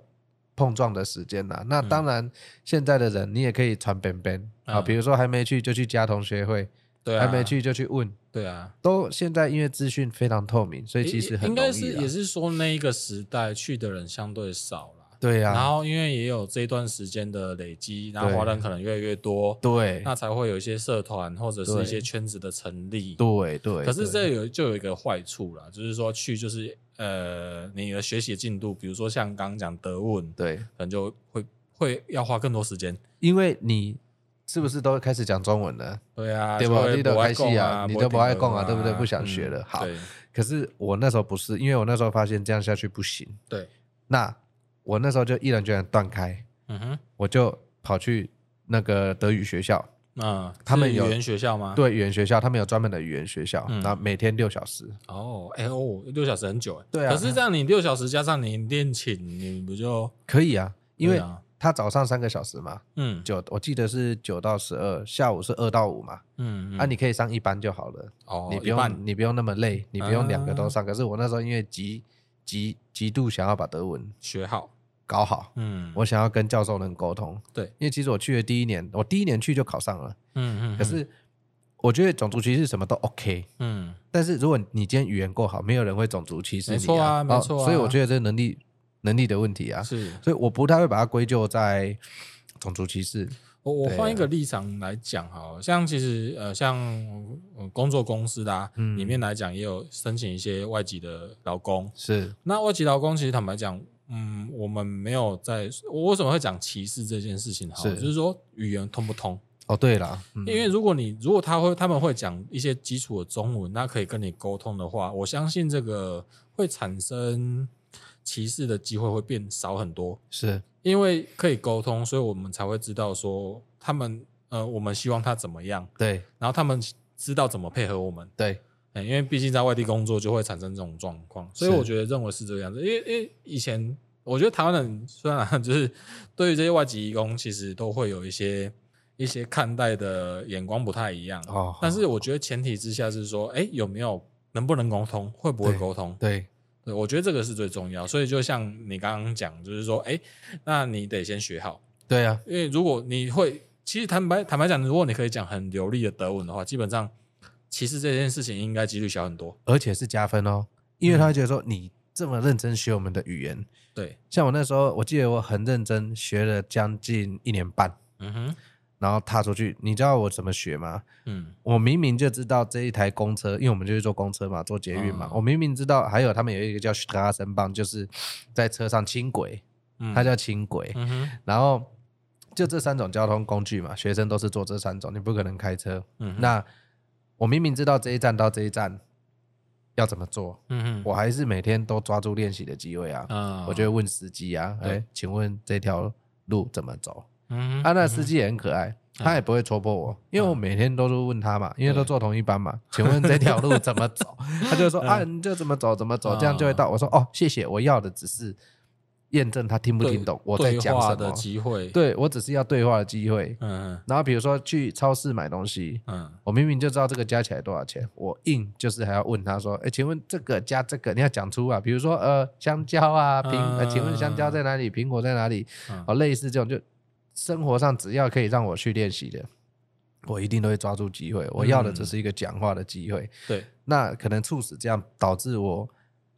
碰撞的时间呐。那当然，现在的人你也可以传边边啊，
嗯
比如说还没去就去加同学会，
对啊，
还没，去就去问，
对啊，
都现在因为资讯非常透明，所以其
也
实
应
很容
该
易啊
是
啦
也。是说那一个时代去的人相对少啦，
对啊呀、
然后因为也有这一段时间的累积，然后
对
华人可能越来越多，
对
那才会有一些社团或者是
对
一些圈子的成立。
对对，
可是
对
这有就有一个坏处啦，就是说去就是呃你的学习进度，比如说像刚刚讲德文，可
对，
能就会会要花更多时间。
因为你是不是都开始讲中文了？
对啊，
对
就
吧
会
你都
不爱
开始
讲
啊你都
不
不
爱
爱讲
讲
啊对不对不想
嗯
学了好
对
可是我那时候不是，因为我那时候发现这样下去不行，
对，
那我那时候就毅然决然断开，
嗯哼，
我就跑去那个德语学校。
嗯，
他们
是
有
语言学校吗？
对语言学校，他们有专门的语言学校，
啊嗯
然后每天六小时。
哦，哎、哦，六小时很久哎。
对啊
可是这样你六小时加上你练琴，你不就？
可以啊，因
对
为
啊
他早上三个小时嘛，
嗯
九我记得是九到十二，下午是二到五嘛，
嗯嗯
啊，你可以上一班就好了，
哦，
你不
一半
用你不用那么累，你不用两个
啊
都上。可是我那时候因为极极极度想要把德文
学好，
搞好，
嗯，
我想要跟教授能沟通，
对，
因为其实我去的第一年，我第一年去就考上了，
嗯嗯，
可是我觉得种族歧视什么都 OK，
嗯，
但是如果你今天语言够好，没有人会种族歧视你、
没错啊没错啊
哦所以我觉得这是能力能力的问题啊，
是
所以我不太会把它归咎在种族歧视。
我我
对
换
啊
一个立场来讲好了，像其实呃，像呃工作公司的、啊
嗯
里面来讲，也有申请一些外籍的劳工。
是，
那外籍劳工其实坦白讲，嗯，我们没有在，我为什么会讲歧视这件事情？好了，
是
就是说语言通不通？
哦，对了，嗯
因为如果你如果他会他们会讲一些基础的中文，那可以跟你沟通的话，我相信这个会产生歧视的机会会变少很多。
是
因为可以沟通，所以我们才会知道说他们呃，我们希望他怎么样，
对
然后他们知道怎么配合我们。
对
哎，因为毕竟在外地工作就会产生这种状况，所以
是
我觉得认为是这个样子。因为因为以前我觉得台湾人虽然啊就是对于这些外籍移工，其实都会有一些一些看待的眼光不太一样。
哦
但是我觉得前提之下是说，哎，有没有能不能沟通，会不会
对
沟通？
对
对，我觉得这个是最重要。所以就像你刚刚讲，就是说，哎，那你得先学好，
对啊，
因为如果你会，其实坦白坦白讲，如果你可以讲很流利的德文的话，基本上其实这件事情应该几率小很多。
而且是加分哦，因为他会觉得说你这么认真学我们的语言，
嗯对，
像我那时候，我记得我很认真学了将近一年半，
嗯哼，
然后踏出去，你知道我怎么学吗？
嗯，
我明明就知道这一台公车，因为我们就是坐公车嘛，坐捷运嘛，
嗯
我明明知道还有他们有一个叫 s t r a s e n b a n 就是在车上轻轨，
嗯
它叫轻轨，
嗯哼，
然后就这三种交通工具嘛，学生都是坐这三种，你不可能开车。
嗯哼，
那我明明知道这一站到这一站要怎么做，
嗯哼，
我还是每天都抓住练习的机会啊。
啊
我就会问司机啊，
对
哎，请问这条路怎么走？
嗯哼嗯
啊，那司机也很可爱，他也不会戳破我，因为我每天都是问他嘛，因为都坐同一班嘛，请问这条路怎么 走？他就
嗯
说啊，你就怎么走怎么走，这样就会到。我说哦，谢谢，我要的只是验证他听不听懂我在
对
讲
话
什
的
么，
机会，，
对我只是要对话的机会。
嗯
然后比如说去超市买东西，
嗯
我明明就知道这个加起来多少钱，我硬就是还要问他说：“哎，请问这个加这个，你要讲出啊，比如说呃，香蕉啊，苹、呃，请问香蕉在哪里？苹果在哪里
嗯？
哦，类似这种，就生活上只要可以让我去练习的，我一定都会抓住机会。我要的只是一个讲话的机会。
对，
那可能促使这样导致我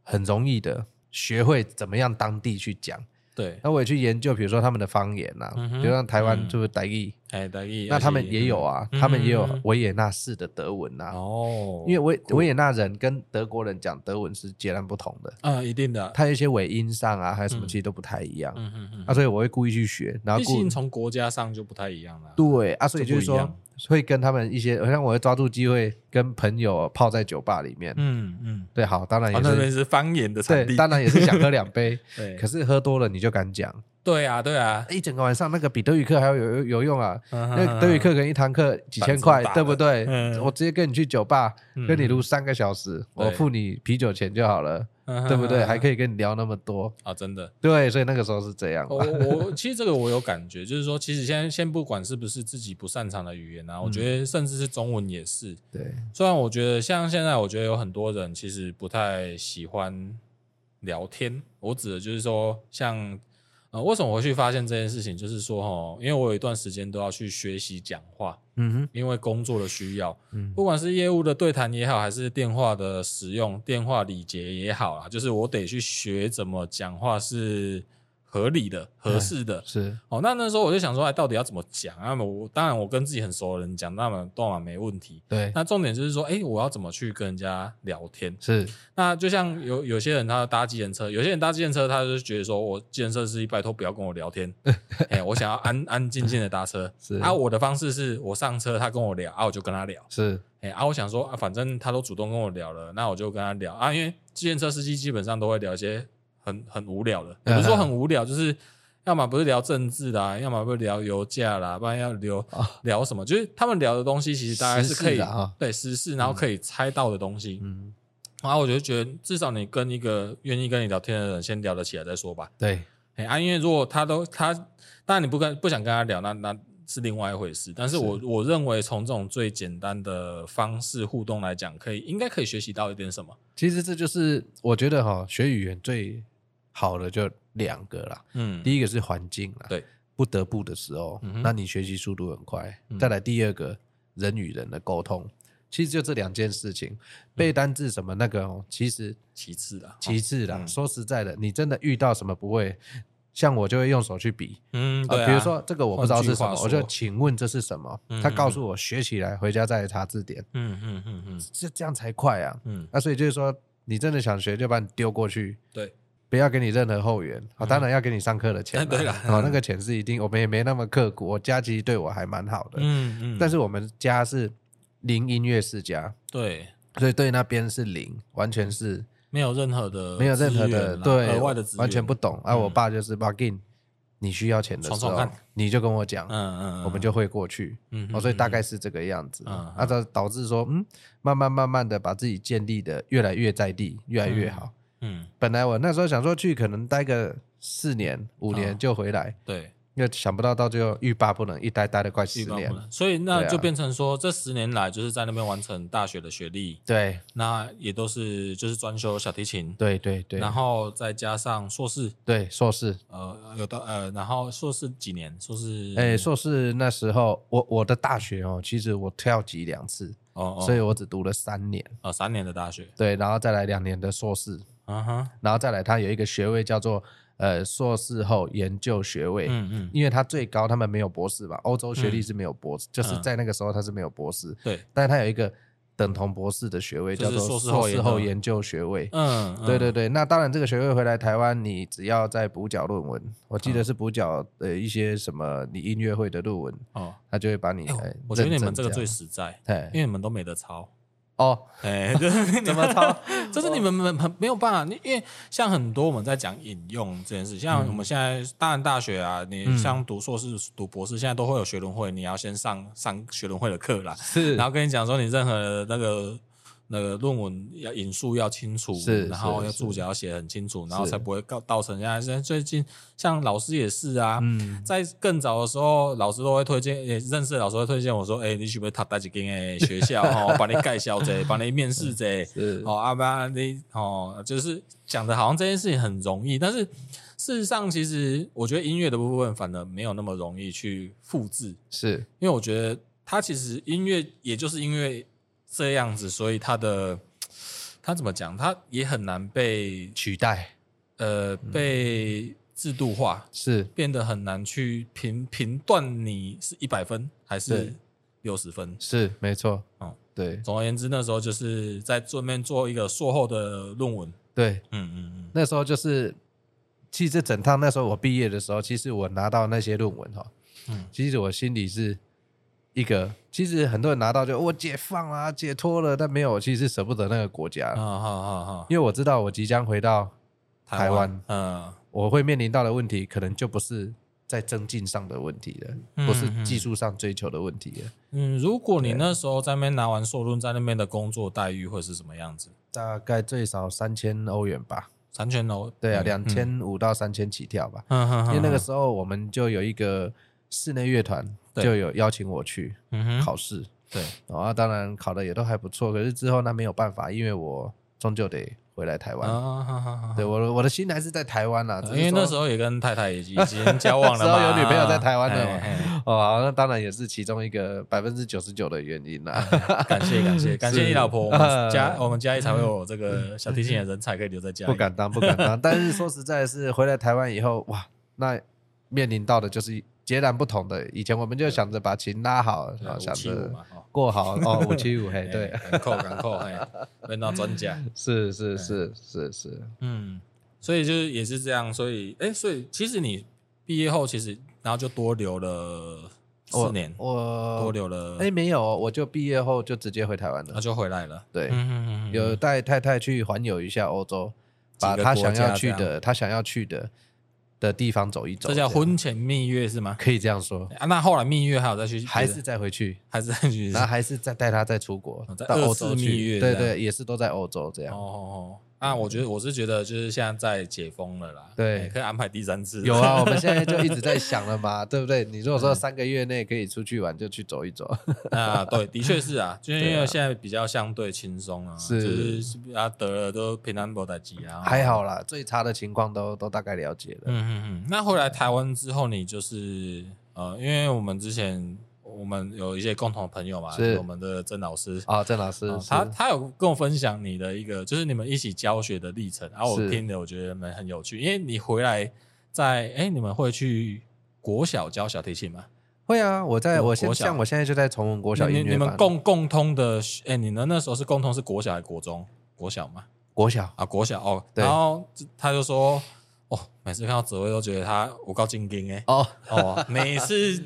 很容易的学会怎么样当地去讲。
对，
那我也去研究，比如说他们的方言啊，
嗯哼
比如像台湾
嗯
就是台语。
哎，大意，
那他们也有啊，
嗯
他们也有
嗯嗯嗯
维也纳式的德文啊，
哦，
因为维维也纳人跟德国人讲德文是截然不同的，
啊，一定的，
它有一些尾音上啊，还有什么其实都不太一样、
嗯嗯
啊，所以我会故意去学，
嗯，
然后
毕
故
竟从国家上就不太一样了。
对啊，所以就是
这不一
说
样
会跟他们一些，像我会抓住机会跟朋友泡在酒吧里面，
嗯嗯，
对，好，当然
啊
也，
那
是、
边是方言的产
对，
地，
当然也是想喝两杯，
对
可是喝多了你就敢讲，
对啊，对啊，嗯
一整个晚上那个比德语课还要有有有用啊，
那
那德语课可能一堂课几千块
板子大，
对不对
嗯？
我直接跟你去酒吧，跟你撸三个小时，
对
我付你啤酒钱就好了，
嗯
对不对？还可以跟你聊那么多，
啊，真的，
对，所以那个时候是这样
我
吧。
哦我我其实这个我有感觉，就是说，其实现在先不管是不是自己不擅长的语言啊，我觉得甚至是中文也是。
对，
虽然我觉得像现在，我觉得有很多人其实不太喜欢聊天，我指的就是说像。呃，为什么我会去发现这件事情？就是说，哦，因为我有一段时间都要去学习讲话，
嗯哼，
因为工作的需要，
嗯
不管是业务的对谈也好，还是电话的使用、电话礼节也好啊，就是我得去学怎么讲话是合理的、合适的。
是，
哦，那那时候我就想说，哎，到底要怎么讲？那么我当然我跟自己很熟的人讲，那么当然没问题。
对，
那重点就是说，哎，我要怎么去跟人家聊天？
是，
那就像有有些人他搭计程车，有些人搭计程车，他就觉得说我计程车司机拜托不要跟我聊天，哎，我想要安安静静的搭车
是。
啊，我的方式是我上车，他跟我聊，啊，我就跟他聊。
是，
哎、啊，我想说啊，反正他都主动跟我聊了，那我就跟他聊啊，因为自行车司机基本上都会聊一些很很无聊的，也不是
嗯
说很无聊，就是要么不是聊政治啦，要么不是聊油价啦，不然要聊、聊什么，就是他们聊的东西其实大概是可
哦时
以
事啦哈
对时事，然后可以猜到的东西。
嗯，
然后我就觉得，至少你跟一个愿意跟你聊天的人先聊得起来再说吧。
对，
哎、啊，因为如果他都他，当然你不跟不想跟他聊，那那是另外一回事。但是我我认为从这种最简单的方式互动来讲，可以应该可以学习到一点什么。
其实这就是我觉得哈，学语言最好的就两个啦，
嗯，
第一个是环境啦，
对，
不得不的时候，
嗯哼
那你学习速度很快
嗯。
再来第二个，人与人的沟通。其实就这两件事
嗯
情，背单字什么那个、哦，其实
其次啦，
其次啦。
嗯
说实在的，你真的遇到什么不会，像我就会用手去比，
嗯，
啊
对、啊，
比如说这个我不知道是什
换
么，
句话
我就
说
请问这是什么
嗯，
他告诉我学起来，回家再查字典，
嗯，嗯嗯嗯
这这样才快啊。
嗯嗯，
那所以就是说，你真的想学，就把你丢过去，
对，
不要给你任何后援。啊，当然要给你上课的钱
哎
啦，
嗯对啦
哦，那个钱是一定，我们也没那么刻苦。我家其实对我还蛮好的，
嗯嗯，
但
是
是我们家是零音乐世家，
对，
所以对那边是零，完全是
没有任何的
没有任何
资
的
源啦啊
对
额外的资源，
完全不，懂。啊，
嗯
我爸就是 b u g i n 你需要钱的时
闯
候
闯看，
你就跟我讲
嗯，嗯，嗯
我们就会过去。
嗯
哦，所以大概是这个样子，
嗯
啊，导导致说，嗯，慢慢慢慢的把自己建立的越来越在地，越来越好。
嗯，
本来我那时候想说去可能待个四年五年
嗯
就回来，
对，
因为想不到到最后欲罢不能，一待待了快十
欲罢
年
不。能，所以那
对啊
就变成说，这十年来就是在那边完成大学的学历，
对
那也都是就是专修小提琴，
对对对，
然后再加上硕士，
对硕士，
呃，有到呃，然后硕士几年？硕士
哎，硕士那时候我我的大学哦，其实我跳级两次，
哦，哦
所以我只读了三年，
呃三年的大学，
对，然后再来两年的硕士，
嗯哼，
然后再来它有一个学位叫做呃硕士后研究学位，
嗯嗯，
因为他最高他们没有博士吧，欧洲学历是没有博士，就是
嗯
在那个时候他是没有博士，
对，
但是他有一个等同博士的学位，
就
叫
是
做
硕士后
硕
研
士
究
后研究学位。
嗯，嗯
对对，对，那当然这个学位回来台湾，你只要在补缴论文，我
嗯
记得是补缴呃一些什么你音乐会的论文，
哦，
他就会把你
哎
来
我觉得
认
你们
证
这个
样
最实在，
哎
因为你们都没得抄，
哦
哎， 就是
怎么抄？
就是你们没没没有办法，你因为像很多我们在讲引用这件事，像
嗯
我们现在当然大学啊，你像读硕士、读博士，现在都会有学轮会，你要先上上学轮会的课啦，
是
然后跟你讲说你任何的那个那个论文要引述要清楚，
是
然后
是
要
是
注脚要写得很清楚，然后
是
才不会告造成现在现在最近像老师也是啊，
嗯
在更早的时候，老师都会推荐，也认识的老师会推荐我说：“哎、你去不去他带几间诶学校哦，帮你盖销者，帮你面试者，
是
哦，阿爸你哦，就是讲的好像这件事情很容易，但是事实上，其实我觉得音乐的部分反而没有那么容易去复制，
是
因为我觉得它其实音乐也就是因为这样子，所以它的它怎么讲，它也很难被
取代
呃
嗯
被制度化，
是
变得很难去评评断你是一百分还是
对
六十分。
是没错
哦
对
总而言之，那时候就是在这面做一个硕后的论文。
对
嗯嗯
那时候就是，其实整趟那时候我毕业的时候，其实我拿到那些论文哈，
嗯
其实我心里是一个，其实很多人拿到就我解放啦、解脱了，但没有，我其实舍不得那个国家，
嗯，啊好好好，
因为我知道我即将回到台湾，
嗯
我会面临到的问题，可能就不是在增进上的问题了，
嗯
不是技术上追求的问题了，
嗯，如果你那时候在那边拿完硕论，在那边的工作待遇会是什么样子？
大概最少三千欧元吧，
产权楼
对啊，两，千五到三千起跳吧。
嗯嗯嗯
因
嗯，
为那个
嗯
时候我们就有一个室内乐团
对
就有邀请我去
嗯哼，
考试，
对，
然后当然考的也都还不错，可是之后那没有办法，因为我终究得回来台
啊
湾。
好好好好
对我的我的心还是在台湾啦，
嗯因为那时候也跟太太已经已经交往 了
那
嘛，
啊时候有女朋友在台湾了嘛
哎哎
候哦，那当然也是其中一个百分之九十九的原因啦。
哎感谢感谢感谢你老婆，我们
呃
家我们家里才会有这个小提琴的人才可以留在家里。
不敢当，不敢当。但是说实在的是，回来台湾以后，哇，那面临到的就是截然不同的。以前我们就想着把琴拉好，
对，
然后
五
想
七五
着
嘛，哦
过好哦，五七五，嘿，
哎
对，
敢扣敢扣，哎，问到专 家，
是是是是是，
嗯，所以就是也是这样，所以哎，所以其实你毕业后，其实然后就多留了四年，多
我
留了，
哎没有，我就毕业后就直接回台湾
然后
了。
就回来了，
对，
嗯
有带太太去环游一下欧洲，
几个
把她想
国家
要去
这
的、她想要去的的地方走一走。
这叫
样
婚前蜜月是吗？
可以这样说，
啊，那后来蜜月还有再去，
还是再回去，
还是再去，
然后还是再带她再出国
哦在
到欧
二
洲
次蜜
去。
月这
对
样
对，也是都在欧洲这
哦
样。
哦哦，啊，我觉得我是觉得就是现在在解封了啦，
嗯对
哎可以安排第三次，
有啊，我们现在就一直在想了嘛，对不对？你如
嗯
果说三个月内可以出去玩，就去走一走。
啊，对，的确是啊，就是因
对
为
啊
现在比较相对轻松啊，
是
就是啊得了都平安不打击啊，
还。好啦，最差的情况都都大概了解了。
嗯嗯嗯嗯，那回来台湾之后，你就是呃，因为我们之前我我们有一些共同的朋友嘛，
是
我们的曾老师
啊，郑老师
哦，
是
他他有跟我分享你的一个，就是你们一起教学的历程，然、后
是
我听的我觉得蛮很有趣，因为你回来在哎，你们会去国小教小提琴吗？
会啊，我在
国
我现
国小
像我现在就在崇文国小
你
音
你
乐
你们
班
共共通的，哎，你们那时候是共通是国小还是国中？国小嘛，
国小
啊，国小哦。
对
然后他就说，哦，每次看到紫薇都觉得他我高精英哎，
哦，
哦，每次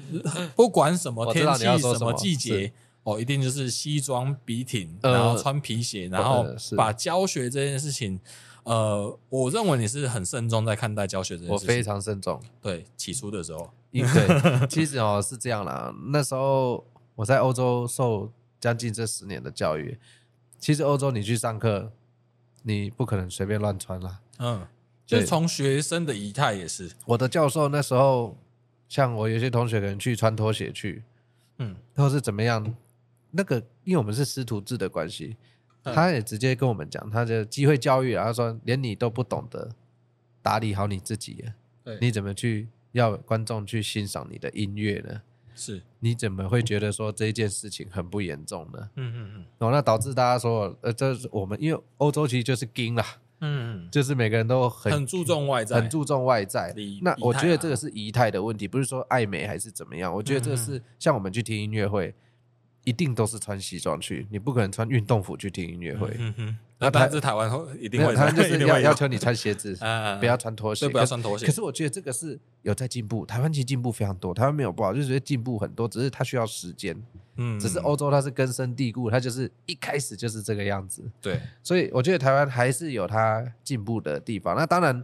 不管什么
我知
天
道
气
你要说什么
季节
是，
哦，一定就是西装笔挺，
呃
然后穿皮鞋，然后
呃是
把教学这件事情，呃，我认为你是很慎重在看待教学这件事
我
情。
非常慎重。
对起初的时候，
因 对，其实哦是这样啦。那时候我在欧洲受将近这十年的教育，其实欧洲你去上课，你不可能随便乱穿啦。
嗯，就是
对
从学生的仪态也是，
我的教授那时候，像我有些同学可能去穿拖鞋去，
嗯，
或是怎么样，那个因为我们是师徒制的关系，
嗯
他也直接跟我们讲，他的机会教育啊，他说连你都不懂得打理好你自己耶，
对
你怎么去要观众去欣赏你的音乐呢？
是，
你怎么会觉得说这一件事情很不严重呢？
嗯嗯嗯
哦，那导致大家说，呃，这是我们因为欧洲其实就是精啦，
嗯
就是每个人都
嗯，
很
很注重外在，
很注重外在
礼。
那我觉
仪态
得
啊嗯
这个是仪态的问题，不是说爱美还是怎么样。我觉得这是像我们去听音乐会，一定都是穿西装去，你不可能穿运动服去听音乐会。
嗯哼，
那
那
台
但是台湾会一定
没
会
有，
的，
他们就
一
是
定
要
会
要
有
求你穿 鞋子，
啊
不要穿拖鞋，
对不要穿拖鞋
可是我觉得这个是有在进步，台湾其实进步非常多，台湾没有不好，就是觉得进步很多，只是它需要时间。
嗯
只是哦欧洲它是根深蒂固，它就是一开始就是这个样子，
对，
所以我觉得台湾还是有它进步的地方。那当然，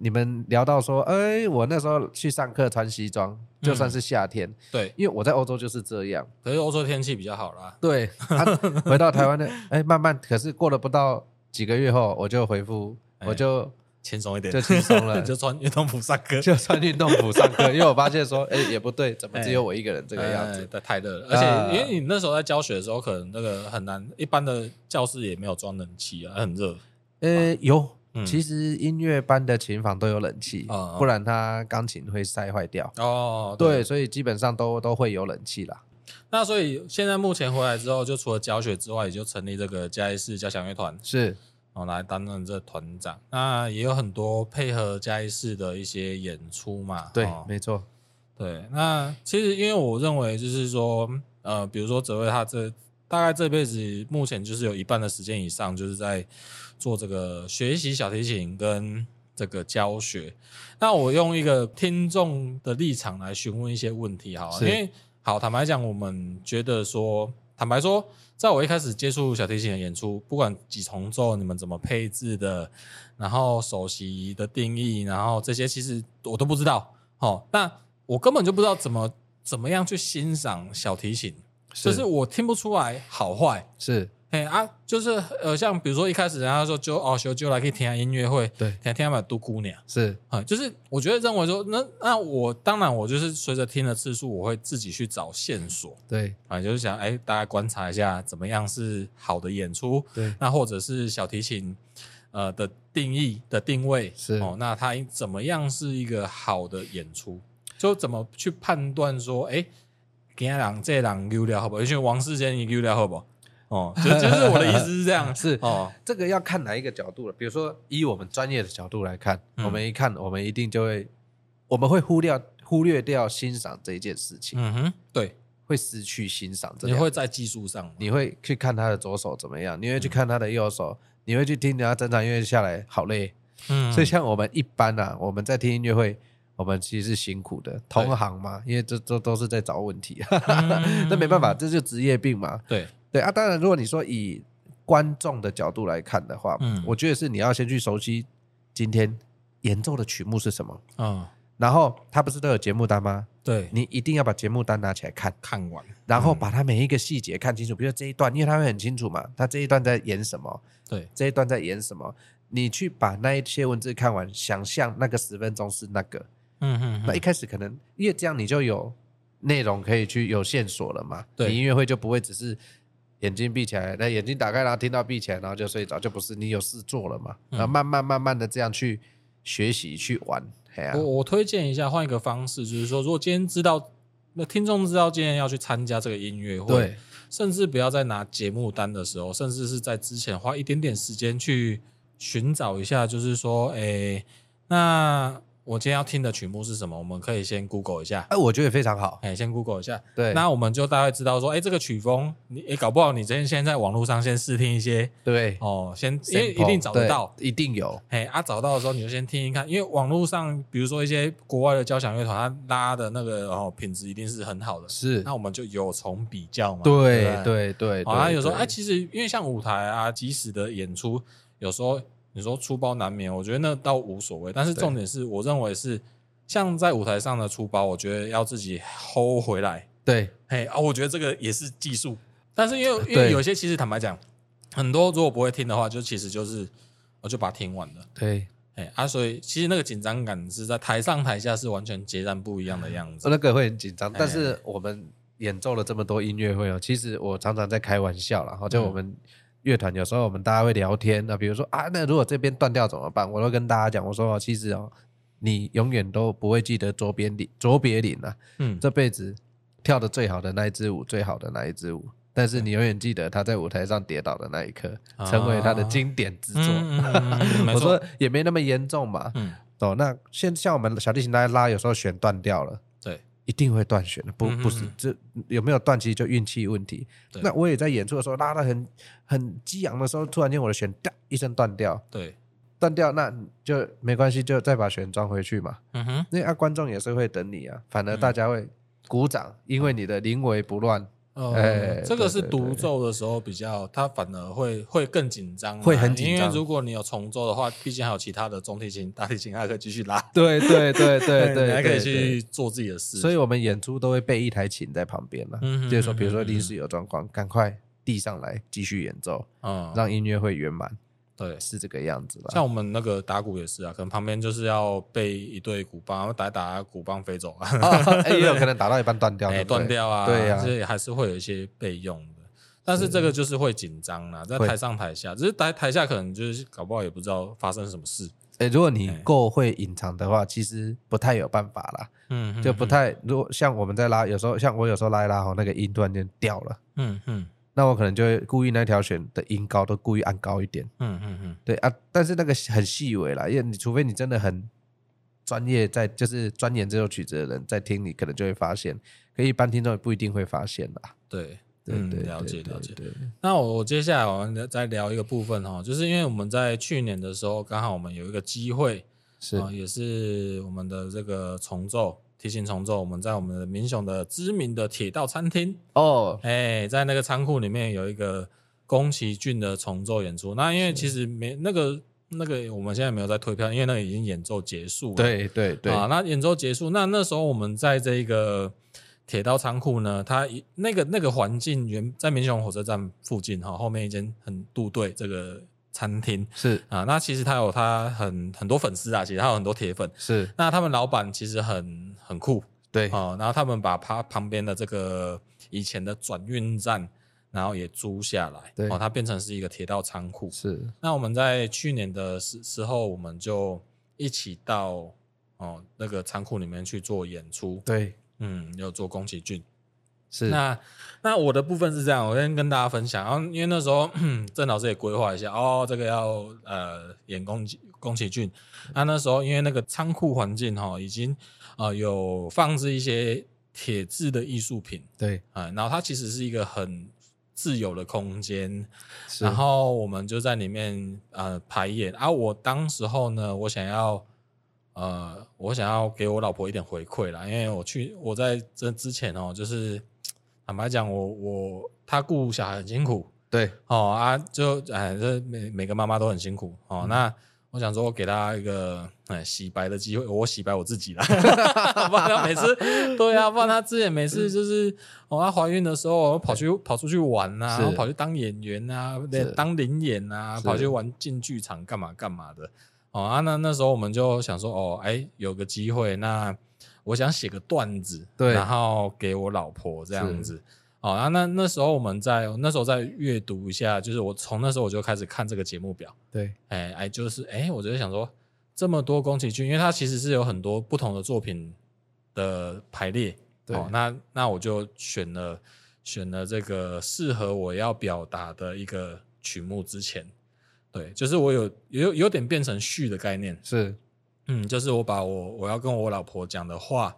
你们聊到说，哎、我那时候去上课穿西装，就算是夏天，
对，
因为我在欧洲就是这样。
可是欧洲天气比较好啦，
对，啊、回到台湾的，哎、慢慢，可是过了不到几个月后，我就回复，我就
轻松一点。
就，轻松 了
就穿运动服上课，
就穿运动服上课，因为我发现说，哎、也不对，怎么只有我一个人这
这
个样子？
太太热了。
啊
而且因为你那时候在教学的时候，可能那个很难，一般的教室也没有装冷气啊，很热。
呃，有，
嗯
其实音乐班的琴房都有冷气，
啊啊
不然它钢琴会晒坏掉。
哦，
哦对，。所以基本上都都会有冷气啦。
那所以现在目前回来之后，就除了教学之外，也就成立这个嘉义市交响乐团，
是，
然后来担任这团长。那也有很多配合嘉义市的一些演出嘛。
对，
哦
没错，
对，那其实因为我认为就是说，呃，比如说泽伟他这大概这辈子目前就是有一半的时间以上就是在做这个学习小提琴跟这个教学。那我用一个听众的立场来询问一些问题好了，
是
因为好坦白讲，我们觉得说，坦白说，在我一开始接触小提琴的演出，不管几重奏，你们怎么配置的，然后首席的定义，然后这些其实我都不知道。哦，那我根本就不知道怎么怎么样去欣赏小提琴，就是我听不出来好坏。
是，
哎啊，就是呃，像比如说一开始人家说就哦，修就来可以听下音乐会，
对，
听听嘛都姑娘
是，
啊、就是我觉得认为说，那那我当然我就是随着听的次数，我会自己去找线索
对，
啊，就是想哎，大家观察一下怎么样是好的演出，
对，
那或者是小提琴呃的定义的定位
是
哦，那它应怎么样是一个好的演出？就怎么去判断说，哎，给人这人溜掉好不好？尤其王世坚你溜掉好不好？哦， 就就是我的意思是这样，
是
哦，
这个要看哪一个角度了。比如说，以我们专业的角度来看，
嗯
我们一看，我们一定就会，我们会忽略忽略掉欣赏这一件事情，
嗯哼，对，
会失去欣赏这
你
两
会在技术上吗，
你会去看他的左手怎么样，你会去看他的右手，你会去听人家整场音乐下来好累。
嗯
所以像我们一般啊，我们在听音乐会，我们其实是辛苦的，同行嘛，因为这这都是在找问题，啊 那没办法，，这就职业病嘛。
嗯对，
对啊，当然，如果你说以观众的角度来看的话，
嗯
我觉得是你要先去熟悉今天演奏的曲目是什么，
嗯，
然后他不是都有节目单吗？
对，
你一定要把节目单拿起来看。
看完，
然后把它每一个细节看清楚，比如说这一段，因为他会很清楚嘛，他这一段在演什么，
对，
这一段在演什么，你去把那一些文字看完，想象那个十分钟是那个，
嗯哼
那一开始可能因为这样你就有内容可以去有线索了嘛，
对
你音乐会就不会只是眼睛闭起来，那眼睛打开然后听到闭起来然后就睡着，就不是你有事做了嘛，
嗯
然后慢慢慢慢的这样去学习去玩，哎呀、
哦我我推荐一下，换一个方式，就是说，如果今天知道那听众知道今天要去参加这个音乐会，
对，
甚至不要在拿节目单的时候，甚至是在之前花一点点时间去寻找一下，就是说，诶、那我今天要听的曲目是什么？我们可以先 Google 一下，
哎，我觉得非常好，
哎、先 Google 一下，
对，
那我们就大概知道说，哎、这个曲风，你哎、搞不好你之前先在网络上先试听一些
对，
哦，先因为
sample，
一定找得到。
对，一定有，
哎，啊，找到的时候你就先听一看，因为网络上，比如说一些国外的交响乐团，它拉的那个哦品质一定是很好的，
是，
那我们就有从比较嘛。对
对
不
对对，
好，那有时候
对
哎，其实因为像舞台啊，即时的演出，有时候你说出包难免，我觉得那倒无所谓。但是
对
重点是，我认为是像在舞台上的出包，我觉得要自己 hold 回来。
对
嘿啊，我觉得这个也是技术，但是因为因为
对
有些其实坦白讲，很多如果不会听的话，就其实就是我就把它听完了。
对，
哎啊，所以其实那个紧张感是在台上台下是完全截然不一样的样子。
那个会很紧张，
哎
但是我们演奏了这么多音乐会哦，其实我常常在开玩笑啦，
嗯
好像我们乐团有时候我们大家会聊天，那比如说啊，那如果这边断掉怎么办？我都跟大家讲，我说哦其实哦，你永远都不会记得卓别林，卓别林啊，
嗯，
这辈子跳的最好的那一支舞，最好的那一支舞。但是你永远记得他在舞台上跌倒的那一刻，成为他的经典之作。
啊嗯嗯嗯嗯嗯没
我
错
说，也没那么严重嘛。
嗯，
哦，那现像我们小提琴大家拉，有时候弦断掉了，
对，
一定会断弦的，不
嗯哼
不是
哼
这有没有断其实就运气问题
对。
那我也在演出的时候拉的很很激昂的时候，突然间我的弦哒一声断掉，
对，
断掉那就没关系，就再把弦装回去嘛。
嗯哼。
那啊，观众也是会等你啊，反而
嗯
大家会鼓掌，因为你的临危不乱，
呃
哎，
这个是
对对
独
对
奏的时候比较，它反而会会更紧张啦，啊
会很紧张
因为如果你有重奏的话，毕竟还有其他的中提琴、大提琴还可以继续拉，
对对对 对
你
对，
还可以
对对
去做自己的事。
所
以
以我们演出都会备一台琴在旁边了、
嗯哼
就是说，比如说
嗯哼
临时有状况，赶快递上来继续演奏，
嗯，
让音乐会圆满，
对，
是这个样子吧？
像我们那个打鼓也是啊，可能旁边就是要被一对鼓棒，然后打一打鼓棒飞走啊，
哦哎也有可能打到一半 断掉，
哎
对不对
断。掉啊，
对啊
这也还是会有一些备用的。但是这个就是会紧张啦，在
会
台上台下，只是台台下可能就是搞不好也不知道发生什么事，
哎，如果你够会隐藏的话，其实不太有办法啦，
嗯
就不，太。如果像我们在拉，有时候像我有时候拉一拉吼，那个音突然间掉了，
嗯嗯
那我可能就会故意那条弦的音高都故意按高一点。
嗯嗯嗯，
对啊，但是那个很细微啦，因为你除非你真的很专业在，就是钻研这首曲子的人在听，你可能就会发现，可一般听众也不一定会发现啦。
对，
对
嗯
对，
了解
对
了解。
对
那我我接下来我们再聊一个部分哈，就是因为我们在去年的时候，刚好我们有一个机会，
是
呃也是我们的这个重奏提琴重奏，我们在我们的民雄的知名的铁道餐厅，
哦，
哎，在那个仓库里面有一个宫崎骏的重奏演出。那因为其实没那个那个我们现在没有在退票，因为那个已经演奏结束了。
对对对，
啊，那演奏结束，那那时候我们在这个铁道仓库呢，它一那个那个环境原在民雄火车站附近哈、后面一间很杜对这个餐厅
是
啊，那其实它有它很很多粉丝啊，其实它有很多铁粉，
是，
那他们老板其实很很酷
对
啊，然后他们把它旁边的这个以前的转运站。然后也租下来，
对
哦，它变成是一个铁道仓库，
是
那我们在去年的时时候，我们就一起到哦那个仓库里面去做演出，
对
嗯，有做宫崎骏。
是
那那我的部分是这样，我先跟大家分享。然后因为那时候 郑老师也规划一下，哦，这个要呃演宫崎宫崎骏。那那时候因为那个仓库环境哈、哦，已经呃有放置一些铁质的艺术品
对
啊、然后它其实是一个很自由的空间，
是，
然后我们就在里面呃排演啊。我当时候呢，我想要呃，我想要给我老婆一点回馈啦，因为我去我在这之前哦，就是坦白讲，我我她顾小孩很辛苦
对
哦啊，就哎这每每个妈妈都很辛苦哦。
嗯
那我想说，我给她一个哎洗白的机会，我洗白我自 己啦，不然她每次对啊，不然她之前每次就是哦，她怀孕的时候跑去跑出去玩啊，
是
然后跑去当演员啊，对
是
当领演啊，
是
跑去玩进剧场干嘛干嘛的。哦啊，那那时候我们就想说，哦，哎，有个机会，那我想写个段子，
对
然后给我老婆这样
是
子。哦，啊，那那时候我们在那时候在阅读一下，就是我从那时候我就开始看这个节目表，
对
哎哎，就是哎，我就想说这么多宫崎骏，因为它其实是有很多不同的作品的排列，
对
哦，那那我就选了选了这个适合我要表达的一个曲目之前，对，就是我有有有点变成序的概念，
是
嗯，就是我把我我要跟我老婆讲的话，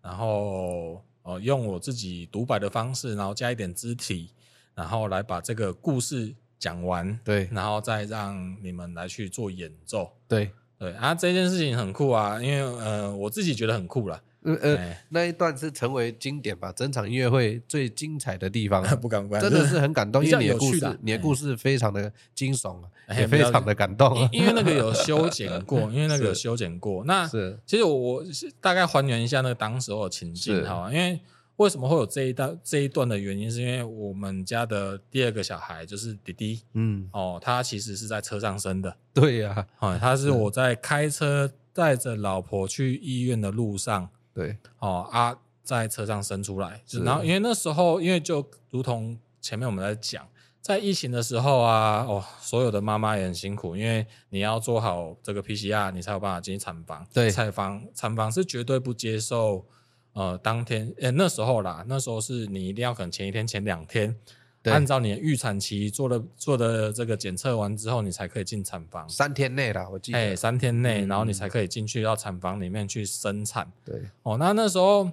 然后呃用我自己独白的方式，然后加一点肢体，然后来把这个故事讲完，
对
然后再让你们来去做演奏。
对，
对啊，这件事情很酷啊，因为呃我自己觉得很酷啦，
呃呃，
哎、
那一段是成为经典吧，整场音乐会最精彩 的地方啊，
不敢不敢，
真的是很感动，
比
因
较
为你的故
有趣的
事，你的故事非常的惊悚啊，
哎
也非常的感动啊，
因因为那个有修剪过，因为那个有修剪过。那
是
其实我我是大概还原一下那个当时候的情境
是
哈，因为为什么会有这一段这一段的原因，是因为我们家的第二个小孩就是弟弟
嗯，
哦，他其实是在车上生的，
对呀，
哦，他是我在开车带着老婆去医院的路上
对
哦啊，在车上生出来，
是
然后因为那时候因为就如同前面我们在讲。在疫情的时候啊，哦，所有的妈妈也很辛苦，因为你要做好这个 PCR，你才有办法进去产房。
对
产房产房是绝对不接受，呃，当天，呃、那时候啦，那时候是你一定要可能前一天、前两天，
对
按照你的预产期做的做的这个检测完之后，你才可以进产房。
三天内啦，我记
嗯哎，
得，
三天内，
嗯
然后你才可以进去到产房里面去生产。
对
哦，那那时候，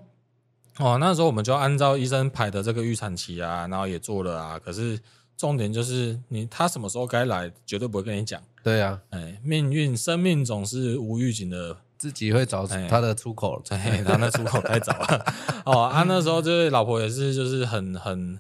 哦，那时候我们就按照医生排的这个预产期啊，然后也做了啊。可是重点就是你他什么时候该来，绝对不会跟你讲。
对啊呀，
哎，命运、生命总是无预警的，
自己会找
哎
他的出口，
哎，他那出口太早了。哦，啊，那时候就是老婆也是，就是很很，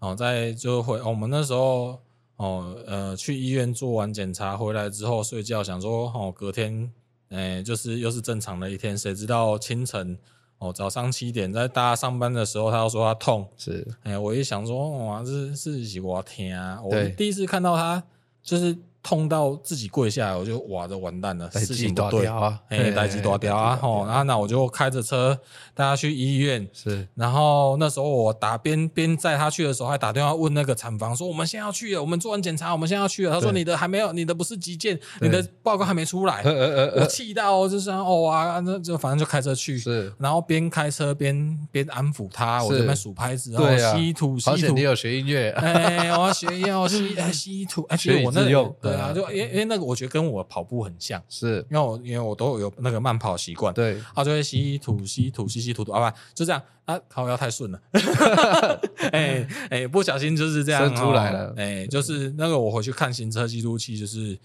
哦，在就回、哦我们那时候。哦，呃，去医院做完检查回来之后睡觉，想说哦，隔天，哎、就是又是正常的一天，谁知道清晨哦，早上七点在大家上班的时候，他又说他痛，
是
哎、我一想说，哇，这是是我天啊！我
对
第一次看到他就是痛到自己跪下来，我就哇，这完蛋了，
代
事
志
情
哎大
不对
条啊
哎，
嘿
代志大条啊！
代志大条
吼，然后那我就开着车带他去医院。
是，
然后那时候我打边边载他去的时候，还打电话问那个产房说：“我们现在要去了，我们做完检查，我们现在要去了。”他说：“
对
你的还没有，你的不是急件，你
对
的报告还没出来。
呃呃呃
我
呃，
气到就是哦啊，那就反正就开车去。
是，
然后边开车边边安抚他，我
是
这边数拍子，然
对
后
啊
吸吐
好
吸
险
吐
你，有学音乐，
哎，我要学要吸哎吸吐，哎，
学以
我那
致用
对啊，
嗯
就因为因为那个我觉得跟我跑步很像，
是
因为我因为我都有那个慢跑习惯，
对，
他就会吸吐吸吐吸吸吐吐，啊不，就这样啊，靠腰太顺了， 哎哎，不小心就是这样
生出来
哦
了
哎，就是那个我回去看行车记录器，就是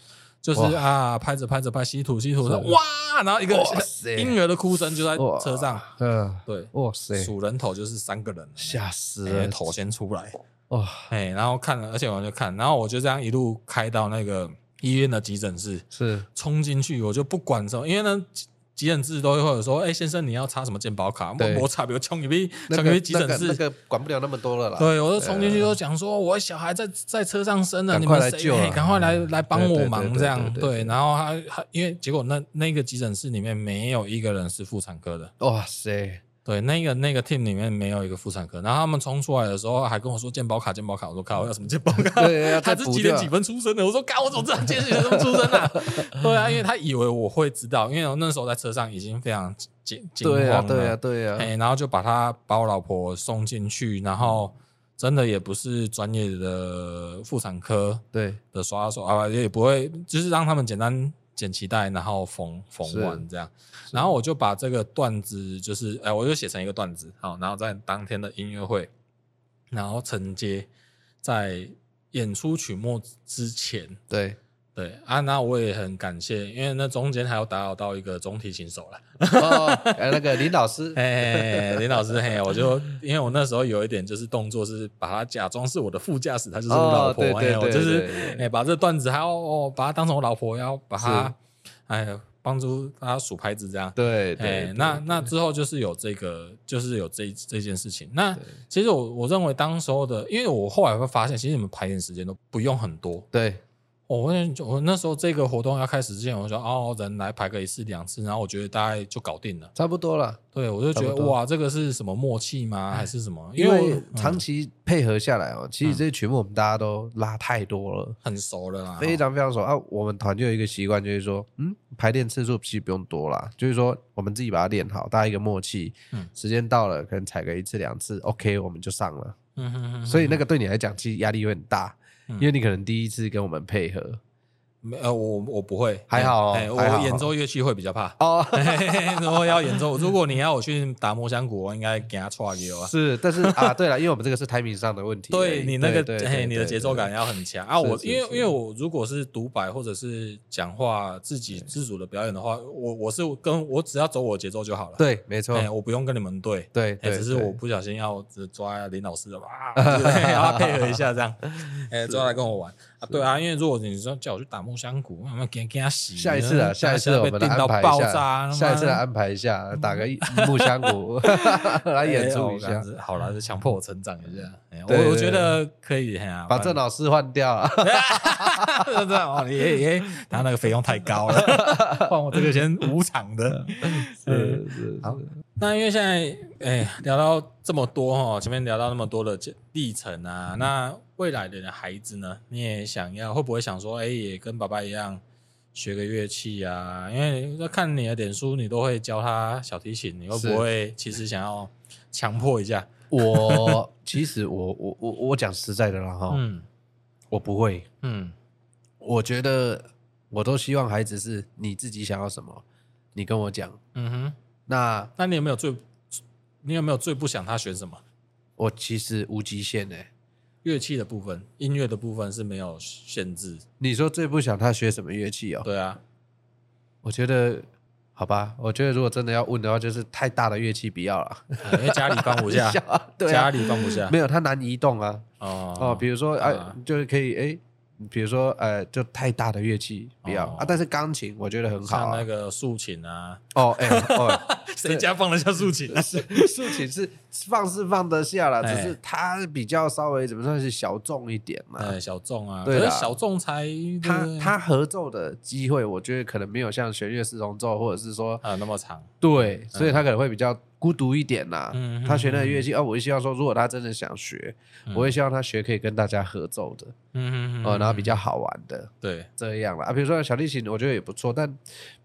就是
哇
啊，拍着拍着拍吸吐吸吐，
是
哇，然后一个
哇塞
婴儿的哭声就在
哇
车上，
嗯，
对。
哇塞，
数人头就是三个人，
吓死
哎
了，
头先出来，
哇，
哎，然后看了，而且我就看，然后我就这样一路开到那个医院的急诊室，
是
冲进去，我就不管什么，因为呢。急急诊室都会有说，哎、先生，你要插什么健保卡？
对
我我插，比如冲一笔，
那
冲
个
一笔急诊
那个那
室。
个管不了那么多了啦，
对，我就冲进去就讲说，我小孩在在车上生了，
赶
你
快
们
来
谁
救啊
哎赶快来来帮我
对对对
忙
对
这样。
对对
对，然后他他因为结果那那个急诊室里面没有一个人是妇产科的，
哇塞，
对，那个那个 team 里面没有一个妇产科，然后他们冲出来的时候还跟我说健保卡，健保卡，我说靠，要什么健保卡？
对要
他
再
是
补
几
掉
点几分出生的？我说靠，我怎么知道今天几点出生 啊？对啊，因为他以为我会知道，因为我那时候在车上已经非常惊惊
对呀
慌
对呀
了，
对啊呀，
哎，然后就把他把我老婆送进去，然后真的也不是专业的妇产科
对，
的刷手啊，也不会，就是让他们简单剪脐带，然后缝缝
是
完这样。然后我就把这个段子，就是哎、我就写成一个段子，好，然后在当天的音乐会，然后承接在演出曲目之前，
对，
对啊，那我也很感谢，因为那中间还有打扰到一个中提琴手 了，
哦，呃那个林老师，
哎，林老师，嘿，我就因为我那时候有一点就是动作是把他假装是我的副驾驶，他就是我老婆，
哦对对
哎，我
对
就是
对对
哎把这段子还要哦把她当成我老婆，要把她
是
哎帮助她数拍子这样，
对
哎、
对，
那
对
那之后就是有这个，就是有这这件事情。那
对
其实我我认为当时候的，因为我后来会发现，其实你们排练时间都不用很多，
对
哦我那我那时候这个活动要开始之前，我就说哦，人来排个一次两次，然后我觉得大概就搞定了。
差不多了。
对，我就觉
差
得
不多哎
哇，这个是什么默契吗？还是什么？
因
为
为
我
长
嗯
期配合下来哦，其实这些曲目我们大家都拉太多了，
很熟了啦，
非
哦
常非常熟啊。我们团就有一个习惯，就是说，嗯，排练次数其实不用多啦，就是说我们自己把它练好，大家一个默契
嗯，
时间到了可能踩个一次两次，OK，我们就上了。
嗯哼哼哼
所以那个对你来讲，其实压力会很大，
嗯
因为你可能第一次跟我们配合
没呃，我我不会，
还好哦
哎哎
还好。
我演奏乐器会比较怕
哦，
如果要演奏，如果你要我去打摸香鼓，我应该给他踹给我啊。
是，但是啊，对了，因为我们这个是 timing 上的问题而已，
对你那
对
个，
对
嘿，
对
你的
对
节奏感要很强啊！
是
我
是
因为
是
因为我如果是独白或者是讲话自己自主的表演的话，我我是跟我只要走我节奏就好了。
对，没错，
哎，我不用跟你们对，
对
哎，
对，
只是
对
我不小心要抓林老师 的吧，然后配合一下这样，哎，抓来跟我玩啊，对啊，因为如果你说叫我去打木香鼓，那么给给他洗，
下一次啊，下一次我
被
们来
电
安
到
排
爆
一
炸，
下，下一次来
来
安排一下，打个一木香鼓
哎
来演出一下，，嗯
好了，强迫我成长一下，哎，
对对
我我
对
觉得可以，哎呀，
把郑老师换掉 啊。
这样哦，你也也，他那个费用太高 了，换我这个先无偿的，
是是
好那因为现在哎聊到这么多哈，前面聊到那么多的这历程啊，那未来的孩子呢，你也想要会不会想说，哎，也跟爸爸一样学个乐器啊？因为要看你的脸书，你都会教他小提琴，你会
是
不会其实想要强迫一下？
我其实我我我我讲实在的啦哈，
嗯
我不会，
嗯
我觉得我都希望孩子是你自己想要什么，你跟我讲。
嗯哼，
那
那你有没有最你有没有最不想他选什么
我其实无极限哎、
乐器的部分？音乐的部分是没有限制，
你说最不想他学什么乐器哦？
对 啊，
我觉得好吧，我觉得如果真的要问的话，就是太大的乐器不要了，
啊因为家里放不 下，
对
家
啊，
里放不下
没有它难移动啊。哦，
哦
比如说哎、
啊
就是可以哎、比如说呃，就太大的乐器不要、
哦
啊，但是钢琴我觉得很好、
像
啊
那个竖琴啊，
哦哎、哦，
谁家放得下竖琴啊？
竖琴是放是放得下了，
哎
只是它比较稍微怎么算是小众一点嘛。
呃，小众啊，
对
可
啦
是小众才
它
对
它合奏的机会，我觉得可能没有像弦乐四重奏，或者是说
啊那么长，
对，所以他可能会比较孤独一点啦。
哎嗯
他学那个乐器，哦，我会希望说，如果他真的想学，我会希望他学可以跟大家合奏的，
嗯
哦，然后比较好玩的
对，
这样啦。啊，比如说小提琴，我觉得也不错，但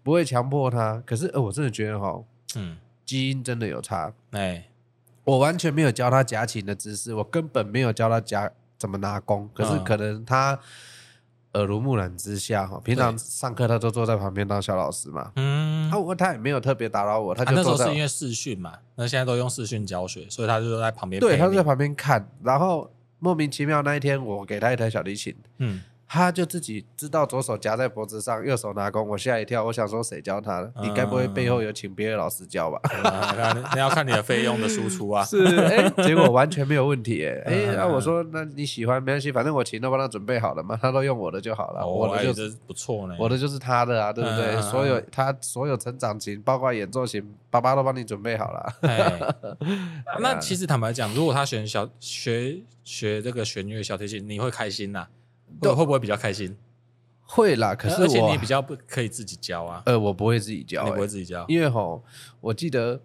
不会强迫他。可是，呃，我真的觉得哈，
嗯，
基因真的有差。
哎，
我完全没有教他夹琴的知识，我根本没有教他夹怎么拿弓。可是
嗯
可能他耳濡目染之下，哈，平常
对
上课他都坐在旁边当小老师嘛。
嗯，
啊，
啊
我他也没有特别打扰我，他
那
就
时
坐
候
在
是因
我，
为视讯嘛，那现在都用视讯教学，所以他就在旁边
对，
陪
他就
你
在旁边看。然后莫名其妙那一天，我给他一台小提琴，
嗯
他就自己知道左手夹在脖子上，右手拿弓。我吓一跳，我想说谁教他的？你该不会背后有请别的老师教 吧？
啊那那要看你的费用的输出啊，
是，哎、结果完全没有问题、 哎，哎、
嗯
那、我说，那你喜欢没关系，反正我琴都帮他准备好了嘛，他都用我的就好了，
哦
我的
哎
就是、
这不错呢，
我的就是他的啊，对不对？
嗯嗯嗯
所有他所有成长琴，包括演奏琴，爸爸都帮你准备好了。
哎， 那其实坦白讲，如果他选小学学这个弦乐小提琴，你会开心呐、会
对
会不会比较开心？
会啦，可是
而且
我
你比较不可以自己教啊，
呃，我不会自己教、
你不
哎
会自己教，
因为吼，我记得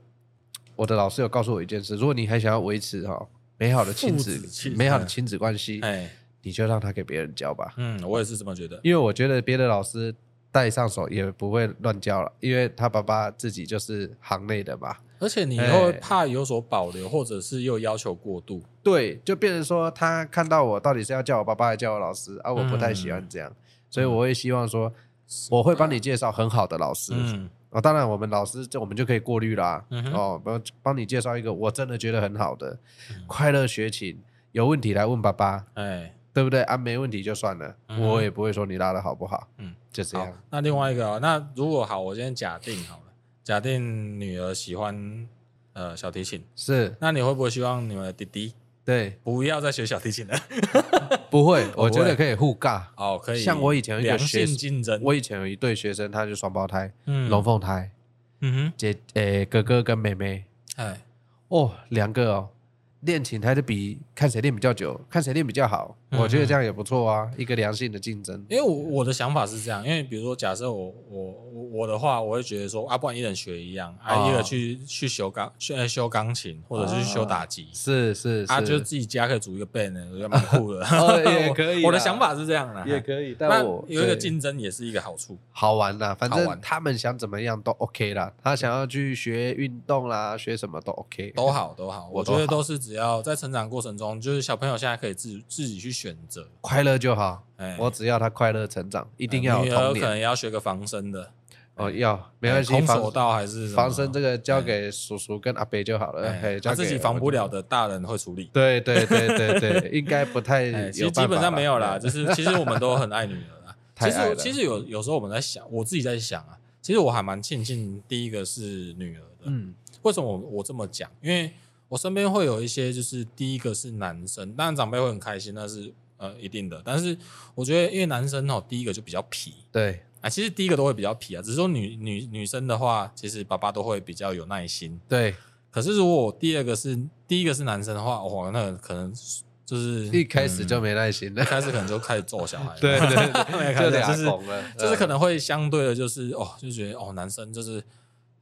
我的老师有告诉我一件事，如果你还想要维持哈美好的亲
父子
子
亲
美好的
嗯
亲子关系，
哎，
你就让他给别人教吧。
嗯，我也是这么觉得。
因为我觉得别的老师带上手也不会乱教了，因为他爸爸自己就是行内的嘛。
而且你
哎
会怕有所保留，或者是又要求过度，
对，就变成说他看到我到底是要叫我爸爸还是叫我老师啊，我不太喜欢这
嗯
样，所以我会希望说，我会帮你介绍很好的老师。
嗯
哦，当然，我们老师这我们就可以过滤啦。
嗯哼
哦，帮帮你介绍一个我真的觉得很好的，
嗯
快乐学琴，有问题来问爸爸，
哎，
对不对？啊，没问题就算了，
嗯哼
我也不会说你拉的好不好，
嗯，
就这
好
样。。
那另外一个、哦，那如果好，我今天假定好了，假定女儿喜欢呃小提琴，
是
那你会不会希望你们的弟弟
对，
不要再学小提琴了？
不会，
不会
我觉得可以互尬。
哦，可以，
像我以前有一个
良
学
性竞争，
我以前有一对学生，他就双胞胎，
嗯
龙，凤胎，
嗯
姐，诶、哥哥跟妹妹，
哼，哎，
哦，两个哦，练琴还是比看谁练比较久，看谁练比较好，
嗯
我觉得这样也不错啊，一个良性的竞争。
因为我我的想法是这样，因为比如说，假设我我我我的话，我会觉得说，啊，不然一人学一样，啊，
哦
一个去去修钢去呃修钢琴，或者是去修打击，
是是是，
啊，就自己家可以组一个 band，我觉得蛮酷的
哦也可以啦
我。我的想法是这样的，
也可以，
那
但我
有一个
对
竞争也是一个好处，
好玩啦，反
好
正
玩
他们想怎么样都 OK 啦。他想要去学运动啦，学什么都 OK，
都好都好，
我
我
都
觉得
好
都是只要在成长过程中，就是小朋友现在可以自自己去选择，
快乐就好。
哎，
我只要他快乐成长，一
一
定要有童
可能
年
也要学个防身的，哎
哦，要没关系，
空
防
手道还是什么
防身这个交给叔叔跟阿伯就好了，
哎
哎，
他
交给
自己防不了。的，大人会处理。
对对对 对对，应该不太
哎，其
有
实
办法啦。
基本上没有啦，就
对
是其实我们都很爱女儿啦。
太
其实
爱
我
了
其实有有时候我们在想，我自己在想啊，其实我还蛮庆幸第一个是女儿的。
嗯，
为什么我我这么讲？因为我身边会有一些，就是第一个是男生，当然长辈会很开心，那是呃一定的。但是我觉得，因为男生哦，第一个就比较皮
对，
啊，其实第一个都会比较皮啊，只是说女女女生的话，其实爸爸都会比较有耐心。
对，
可是如果我第二个是第一个是男生的话，哇，那可能就是
一开始
嗯
就没耐心了
一。开始可能就开始揍小孩了，
对对
没
对，
开始
就俩
就是
拱了，
就是
嗯
可能会相对的，就是哦，就觉得哦，男生就是，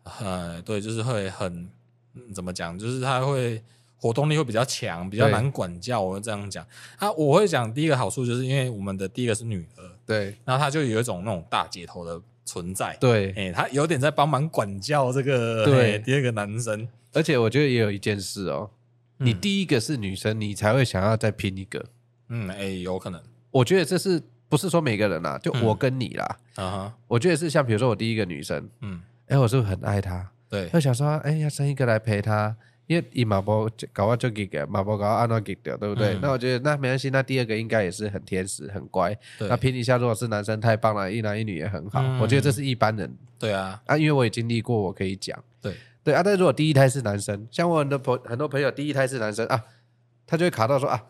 呃，对，就是会很、嗯怎么讲，就是他会活动力会比较强，比较
对
难管教。我会这样讲啊，我会讲第一个好处就是因为我们的第一个是女儿，
对
然后她就有一种那种大姐头的存在，
对，
哎、她有点在帮忙管教这个
对
嘿第二个男生，
而且我觉得也有一件事哦，
嗯
你第一个是女生，你才会想要再拼一个。
嗯，哎、有可能，
我觉得这是不是说每个人啦、
嗯
就我跟你啦，
啊哈，
我觉得是像比如说我第一个女生，
嗯，
哎，我是不是很爱她？
对，
我想说，哎，要生一个来陪她，因为伊马波搞我就给个马波搞我按到给掉，对不对？
嗯
那我觉得那没关系，那第二个应该也是很天使、很乖。
对
那，拼一下，如果是男生太棒了，一男一女也很好。
嗯
我觉得这是一般人
对啊，
啊，因为我也经历过，我可以讲。
对，
对啊，但是如果第一胎是男生，像我很多朋很多朋友第一胎是男生啊，他就会卡到说啊，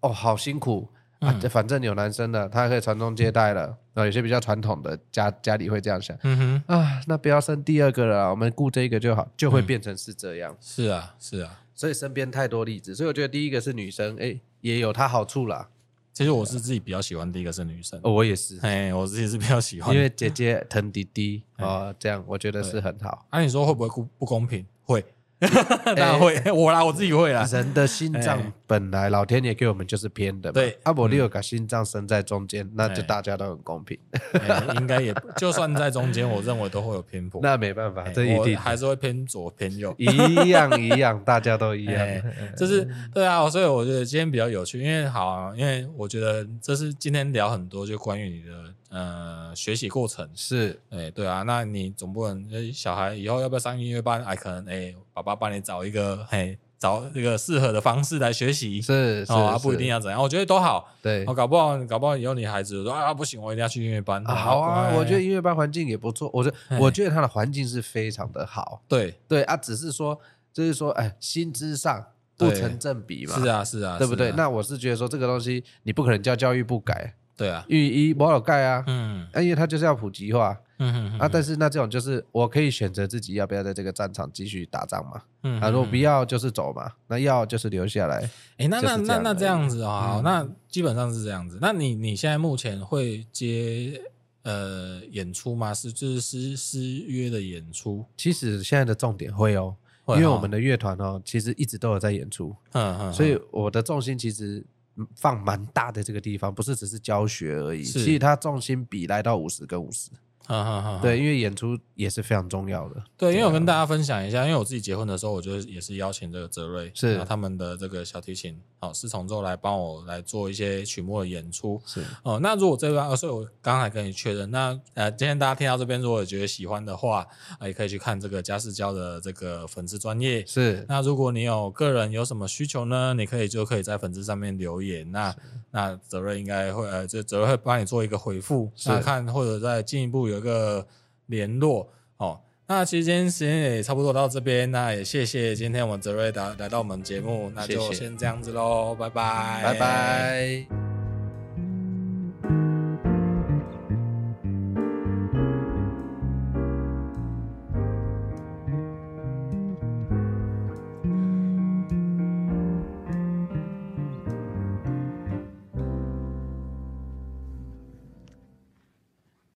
哦，好辛苦啊，
嗯
这反正有男生了，他可以传宗接代了。哦然后有些比较传统的家家里会这样想
嗯哼，
啊，那不要生第二个了啦，我们顾这个就好，就会变成是这样。
是啊，是啊。
所以身边太多例子，所以我觉得第一个是女生，哎，也有它好处啦。
其实我是自己比较喜欢第一个是女生，
啊哦，我也是，
哎，我自己是比较喜欢。
因为姐姐疼弟弟哦，这样我觉得是很好。
啊，你说会不会不不公平？ 会，当然会，
哎
我啦，我自己会啦。
人的心
哎
脏本来老天爷给我们就是偏的嘛，
对
阿伯六个心脏生在中间，那就
哎
大家都很公平，
哎应该也不，就算在中间，我认为都会有偏颇。
那没办法，
哎
这一定
我还是会偏左偏右。
一啊样一样，大家都一样，
哎，就是对啊，所以我觉得今天比较有趣，因为好、啊，因为我觉得这是今天聊很多就关于你的呃学习过程，
是
哎，对啊，那你总不能哎小孩以后要不要上音乐班？哎，可能哎，爸爸帮你找一个哎，找一个适合的方式来学习，
是是
哦，啊，不一定
要
要怎样，我觉得都好。
对
哦，搞不好搞不好以后你孩子说啊，不行，我一定要去音乐班。
啊，好啊，
哎
我觉得音乐班环境也不错，我觉
哎
得我觉得它的环境是非常的好，
对，
对啊，只是说就是说，哎，薪资上不
对
成正比嘛，
是，啊是啊，
对不
是啊
对？那我是觉得说这个东西你不可能叫教育部改，
对啊，
因为一没有改啊，
嗯
啊因为它就是要普及化。
嗯
啊，但是那这种就是我可以选择自己要不要在这个战场继续打仗嘛？
嗯
啊，如果不
要，
要就是走嘛，那要就是留下来。
哎，那那
就是
那
这样
那
而已
这样子啊，好
嗯
那基本上是这样子。那你你现在目前会接呃演出吗？是就是私私约的演出？
其实现在的重点会哦，
会
因为
哈
我们的乐团哦，其实一直都有在演出，
嗯嗯，
所
嗯
以我的重心其实嗯放蛮大的这个地方，不是只是教学而已。
是
其实它重心比来到五十跟五十，
嗯嗯嗯，嗯
对，因为演出也是非常重要的。
对，因为我
对啊
跟大家分享一下，因为我自己结婚的时候，我就也是邀请这个泽瑞，
是
然后他们的这个小提琴，好四重奏来帮我来做一些曲目的演出。
是，
哦，那如果这边，呃所以我刚才跟你确认，那呃，今天大家听到这边，如果有觉得喜欢的话，呃也可以去看这个嘉世娇的这个粉丝专业。
是，
那如果你有个人有什么需求呢，你可以就可以在粉丝上面留言，那那泽瑞应该会呃，这泽瑞会帮你做一个回复，
是
那看或者再进一步有一个联络哦。那其实今天时间也差不多到这边，那也谢谢今天我们泽瑞来来到我们节目，那
谢
就
谢
先这样子喽，拜拜，
拜拜。